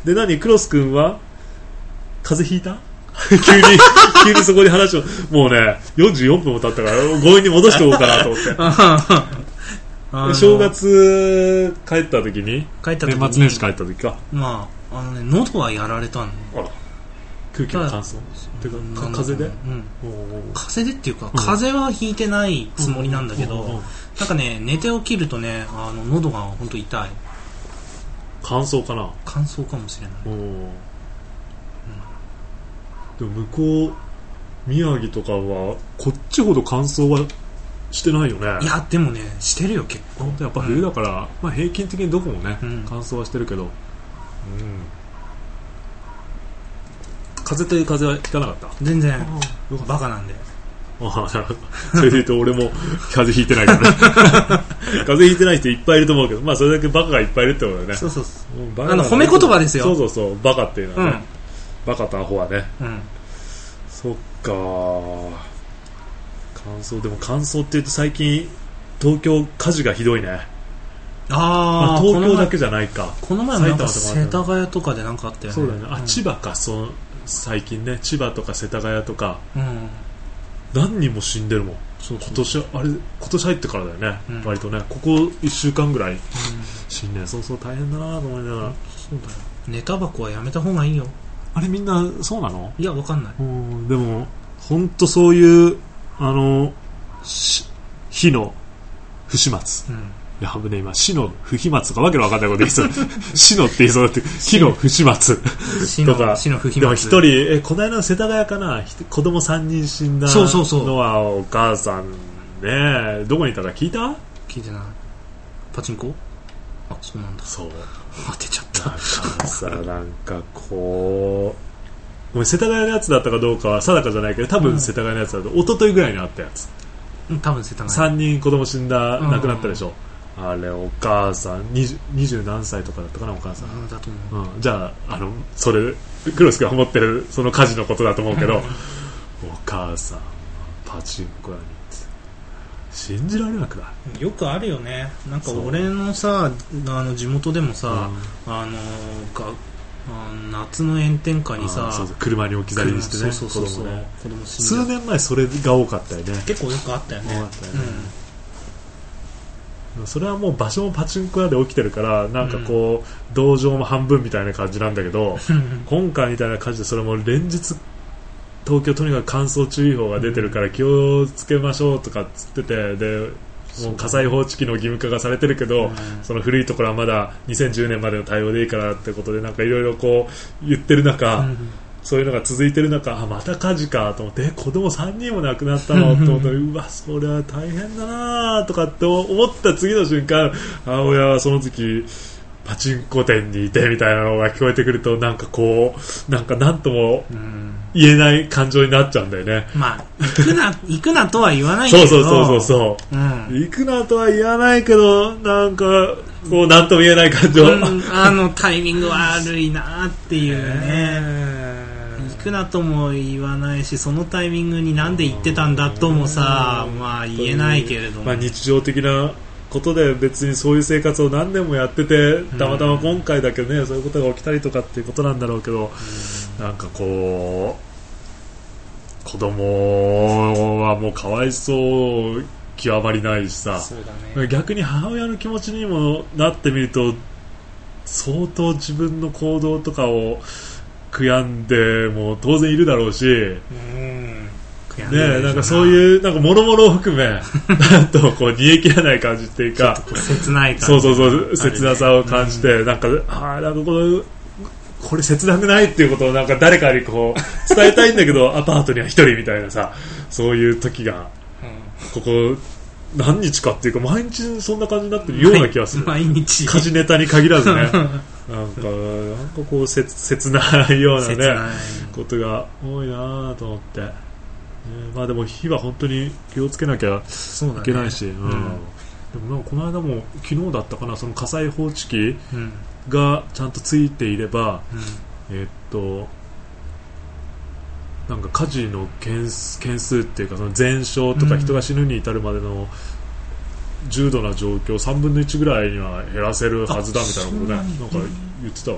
S1: で何クロス君は風邪ひいた 急に急にそこに話をもうね44分も経ったから強引に戻しておこうかなと思って
S2: あ
S1: で正月帰った時に
S2: 帰った時に
S1: 年末年始帰った時か
S2: まああのね喉はやられたの
S1: あら空気の乾燥っていうかか風で
S2: う
S1: お
S2: ん
S1: うおう
S2: 風でっていうか、風邪はひいてないつもりなんだけど、
S1: うんうんうん
S2: なんかね、寝て起きるとね、あの、喉が本当痛い。
S1: 乾燥かな
S2: 乾燥かもしれない。
S1: おお、でも向こう宮城とかはこっちほど乾燥はしてないよね
S2: いや、でもね、してるよ、結構。
S1: 本当やっぱ冬だから、まあ、平均的にどこもね、
S2: うん
S1: 乾燥はしてるけど、うん、風邪という風邪はひかなかった
S2: 全然、
S1: よかった
S2: バカなんで。
S1: ああなるほどそれで言うと俺も風邪ひいてない からね風邪ひいてない人いっぱいいると思うけど、まあ、それだけバカがいっぱいいるってことだよね
S2: そうそうそ
S1: うんバカなんだ
S2: あの褒め言葉ですよ
S1: そうそうそうバカっていうの
S2: う。う
S1: はね、
S2: ん。
S1: バカとアホはね
S2: うん。
S1: そっか乾燥でも乾燥って言うと最近東京火事がひどいねま
S2: あ
S1: あ、
S2: あ、
S1: 東京だ
S2: け。
S1: けじゃないか
S2: この前もなんか
S1: 埼玉
S2: 世
S1: とか
S2: 田谷とかでなんかあったよね。
S1: そうだよねあ、
S2: ん
S1: 千葉かそう最近ね千葉とか世田谷とか
S2: うん。
S1: 何人も死んでるもん
S2: そうそう
S1: 今年はあれ今年入ってからだよね、
S2: うん
S1: 割とねここ1週間ぐらい新年早々大変だなと思いながら、
S2: そうだよ。寝タバコはやめた方がいいよ。
S1: あれみんなそうなの
S2: いや、わかんない。
S1: うんでも本当そういうあのし火の不始末
S2: うん。
S1: いや危ねえ今死の不飛沫とかわけのわかんないこと言い そう死のって言いそうだって火の不始末
S2: 死
S1: とか
S2: の、死の不飛
S1: でも
S2: 沫。
S1: 一人えこの間の世田谷かなひ子供三人死んだ
S2: そうそうそう
S1: のはお母さんねどこにいたか聞いた
S2: 聞いてない。パチンコあ、そ うなんだ。
S1: そう
S2: 当てちゃっ
S1: だ
S2: た。
S1: からさなんかこうごめん世田谷のやつだったかどうかは定かじゃないけど多
S2: う
S1: 分
S2: ん
S1: 世田谷のやつだと一昨日ぐらいにあったやつ、
S2: うん多分世田谷。
S1: 三人子供死んだ
S2: うん
S1: 亡くなったでしょ、あれお母さん二十二十何歳とかだったかなお母さん
S2: うんだと思う。
S1: うん、じゃああのそれクロスが思ってるその火事のことだと思うけどお母さんはパチンコ屋に行って信じられなくない
S2: よくあるよねなんか
S1: そう
S2: 俺のさあの地元でもさ、
S1: う
S2: あのがあの夏の炎天下に
S1: あー
S2: さ
S1: そうそう車に置き去りにしてね
S2: そうそうそ
S1: 子
S2: うそう
S1: 供ね
S2: 子供死
S1: 数
S2: んだ
S1: 年前それが多かったよね
S2: 結構よくあったよね
S1: 多かったよねそれはもう場所もパチンコ屋で起きてるからなんかこう、同情も半分みたいな感じなんだけど
S2: うん
S1: 今回みたいな感じでそれも連日東京とにかく乾燥注意報が出てるから気をつけましょうとかっつっててでもう火災報知器の義務化がされてるけど、
S2: うん
S1: その古いところはまだ2010年までの対応でいいからってことでなんかいろいろこう言ってる中、
S2: うん
S1: そういうのが続いてる中あまた火事かと思ってえ子供3人も亡くなったのと思ったらうわそれは大変だなとかって思った次の瞬間母親はその時パチンコ店にいてみたいなのが聞こえてくるとなんかこうなんかなんとも
S2: うん
S1: 言えない感情になっちゃうんだよね。
S2: まあ行くな行くなとは言わないけ
S1: そ
S2: ど、
S1: うそうそうそうそう
S2: うん
S1: 行くなとは言わないけどなんかこうなんとも言えない感情、
S2: うんあのタイミング悪いなっていうね、行くなとも言わないしそのタイミングになんで行ってたんだともさ、
S1: うん
S2: まあ言えないけれども、
S1: まあ、日常的なことで別にそういう生活を何年もやっててたまたま今回だけね、そういうことが起きたりとかっていうことなんだろうけど、なんかこう子供はもうかわいそう極まりないしさ
S2: そうだね、
S1: 逆に母親の気持ちにもなってみると相当自分の行動とかを悔やんでも当然いるだろうし
S2: うん悔やで
S1: ね
S2: るでしょ
S1: え、なんかそういう、なんか諸々を含め、あとこう、煮え切らない感じっていうか、
S2: 切ない感じ
S1: そうそうそう、切なさを感じて、なんか、ああ、なんかこの、これ切なくないっていうことをなんか誰かにこ う、伝えたいんだけど、アパートには一人みたいなさ、そういう時が、こ
S2: う
S1: こ、何日かっていうか、毎日そんな感じになってるような気がする。
S2: 毎日
S1: 家事ネタに限らず ね、なんか、なんかこう、切切ないようなね。
S2: 切ない
S1: ことが多いなぁと思って、ねまあでも火は本当に気をつけなきゃ
S2: そうだね
S1: いけないし、うん
S2: うん
S1: でもなんかこの間も昨日だったかなその火災報知器
S2: うんうん
S1: がちゃんとついていればえっとなんか火事の件数件数っていうかその全焼と
S2: う
S1: か
S2: ん
S1: 人が死ぬに至るまでの重度な状況3分の1ぐらいには減らせるはずだみたいなことね
S2: あ
S1: なんか
S2: そうなんだ
S1: 言ってたわ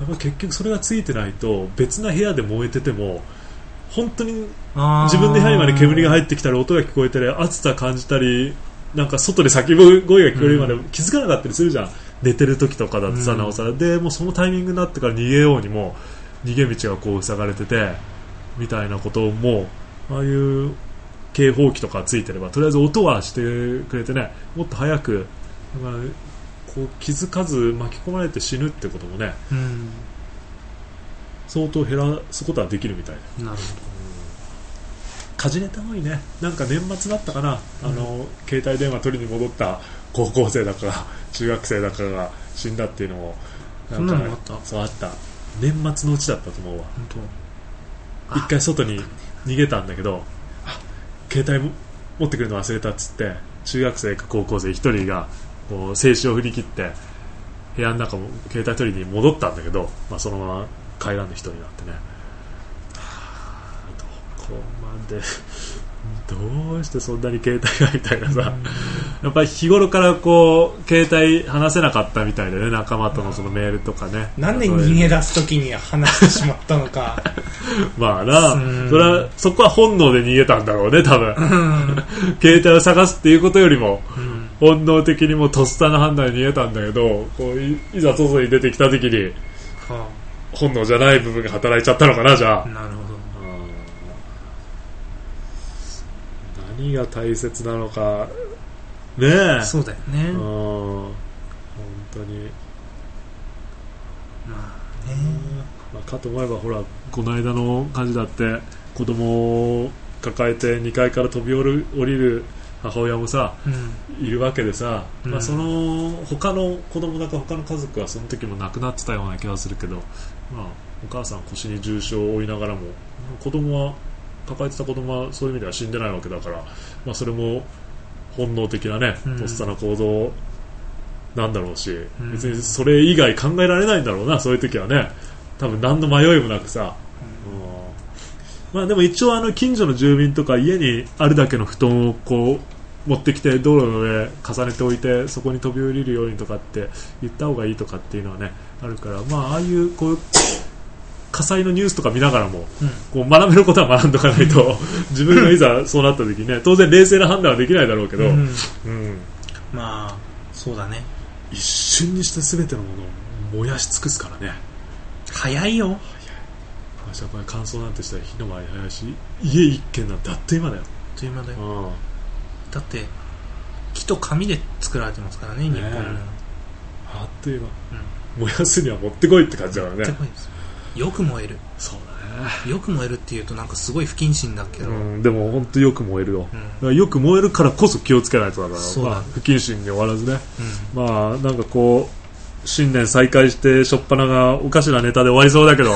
S1: だから結局それがついてないと別な部屋で燃えてても本当に
S2: あー
S1: 自分で部屋にまで煙が入ってきたり音が聞こえたり暑さ感じたりなんか外で叫ぶ声が聞こえるまで気づかなかったりするじゃん、寝てる時とかだってさ
S2: うん
S1: なおさらでもうそのタイミングになってから逃げようにも逃げ道がこう塞がれててみたいなこともああいう警報器とかついてればとりあえず音はしてくれてねもっと早くなんかこう気づかず巻き込まれて死ぬってこともね
S2: うん
S1: 相当減らすことはできるみたいで
S2: なる
S1: かじネタ多いねなんか年末だったかな、あの携帯電話取りに戻った高校生だかが中学生だかが死んだっていうのを
S2: そんなのもあった
S1: そうあった年末のうちだったと思うわ
S2: ほどあ
S1: 一回外に逃げたんだけどあ携帯も持ってくるの忘れたっつって中学生か高校生一人がこう静止を振り切って部屋の中も携帯取りに戻ったんだけど、まあ、そのまま帰らぬ人になってねはあどこまでどうしてそんなに携帯がみたいなさ、やっぱり日頃からこう携帯話せなかったみたいでね仲間とのそのメールとかね
S2: なんで逃げ出す時に話してしまったのか
S1: まあな
S2: うん
S1: それはそこは本能で逃げたんだろうね多分
S2: うん
S1: 携帯を探すっていうことよりも
S2: うん
S1: 本能的にもうとっさの判断に逃げたんだけどこういいざ外に出てきた時に
S2: は
S1: 本能じゃない部分が働いちゃったのかなじゃあ
S2: あなるほど
S1: うん何が大切なのかねえ
S2: そうだよね
S1: うん本当に、
S2: まあ
S1: まあ、かと思えばほらこの間の火事だって子供を抱えて2階から飛び降り降りる母親もさ、
S2: うん
S1: いるわけでさ、
S2: うん
S1: まあ、その他の子供だか他の家族はその時も亡くなってたような気がするけど、まあ、お母さん腰に重傷を負いながらも子供は抱えてた子供はそういう意味では死んでないわけだから、まあ、それも本能的なね
S2: うん
S1: とっさな行動なんだろうし、
S2: ん
S1: 別にそれ以外考えられないんだろうなそういう時はね多分何の迷いもなくさ、うんまあ、でも一応あの近所の住民とか家にあるだけの布団をこう持ってきて道路の上重ねておいてそこに飛び降りるようにとかって言った方がいいとかっていうのはねあるから、まあ、ああいうこう火災のニュースとか見ながらも
S2: うん
S1: こう学べることは学んどかない と自分がいざそうなった時にね当然冷静な判断はできないだろうけど、
S2: うん
S1: うん
S2: まあそうだね
S1: 一瞬にして全てのものを燃やし尽くすからね。
S2: 早いよ
S1: 私はこれ乾燥なんてしたら火の回り早いし家一軒なんてあっという間だよ、
S2: あっという間だよ
S1: うん、
S2: だって木と紙で作られてますからね
S1: ね
S2: 日本の
S1: あっという間、燃やすにはもってこいって感じだから
S2: めっちゃ
S1: ね
S2: 怖いですよく燃える
S1: そうだね、
S2: よく燃えるっていうとなんかすごい不謹慎だけど、
S1: うん、でも本当よく燃えるよ、だ
S2: うん
S1: からよく燃えるからこそ気をつけないとだから
S2: そうだね
S1: まあ、不謹慎に終わらずねまあなんかこう新年再開して初っ端がおかしなネタで終わりそうだ けど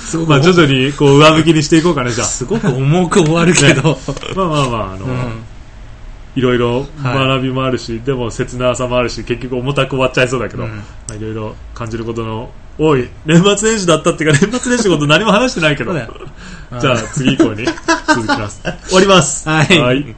S2: すごく、
S1: まあ徐々にこう上向きにしていこうかねじゃあ
S2: すごく重く終わるけ ど、
S1: まあまあまああの、
S2: うん
S1: いろいろ学びもあるし、でも切なさもあるし結局重たく終わっちゃいそうだけど、
S2: うん
S1: まあいろいろ感じることの多い年末年始だったっていうか年末年始のこと 何も話してないけ
S2: そ
S1: ど
S2: うだよ
S1: じゃあ次以降に続きます。終わります。
S2: はい
S1: はい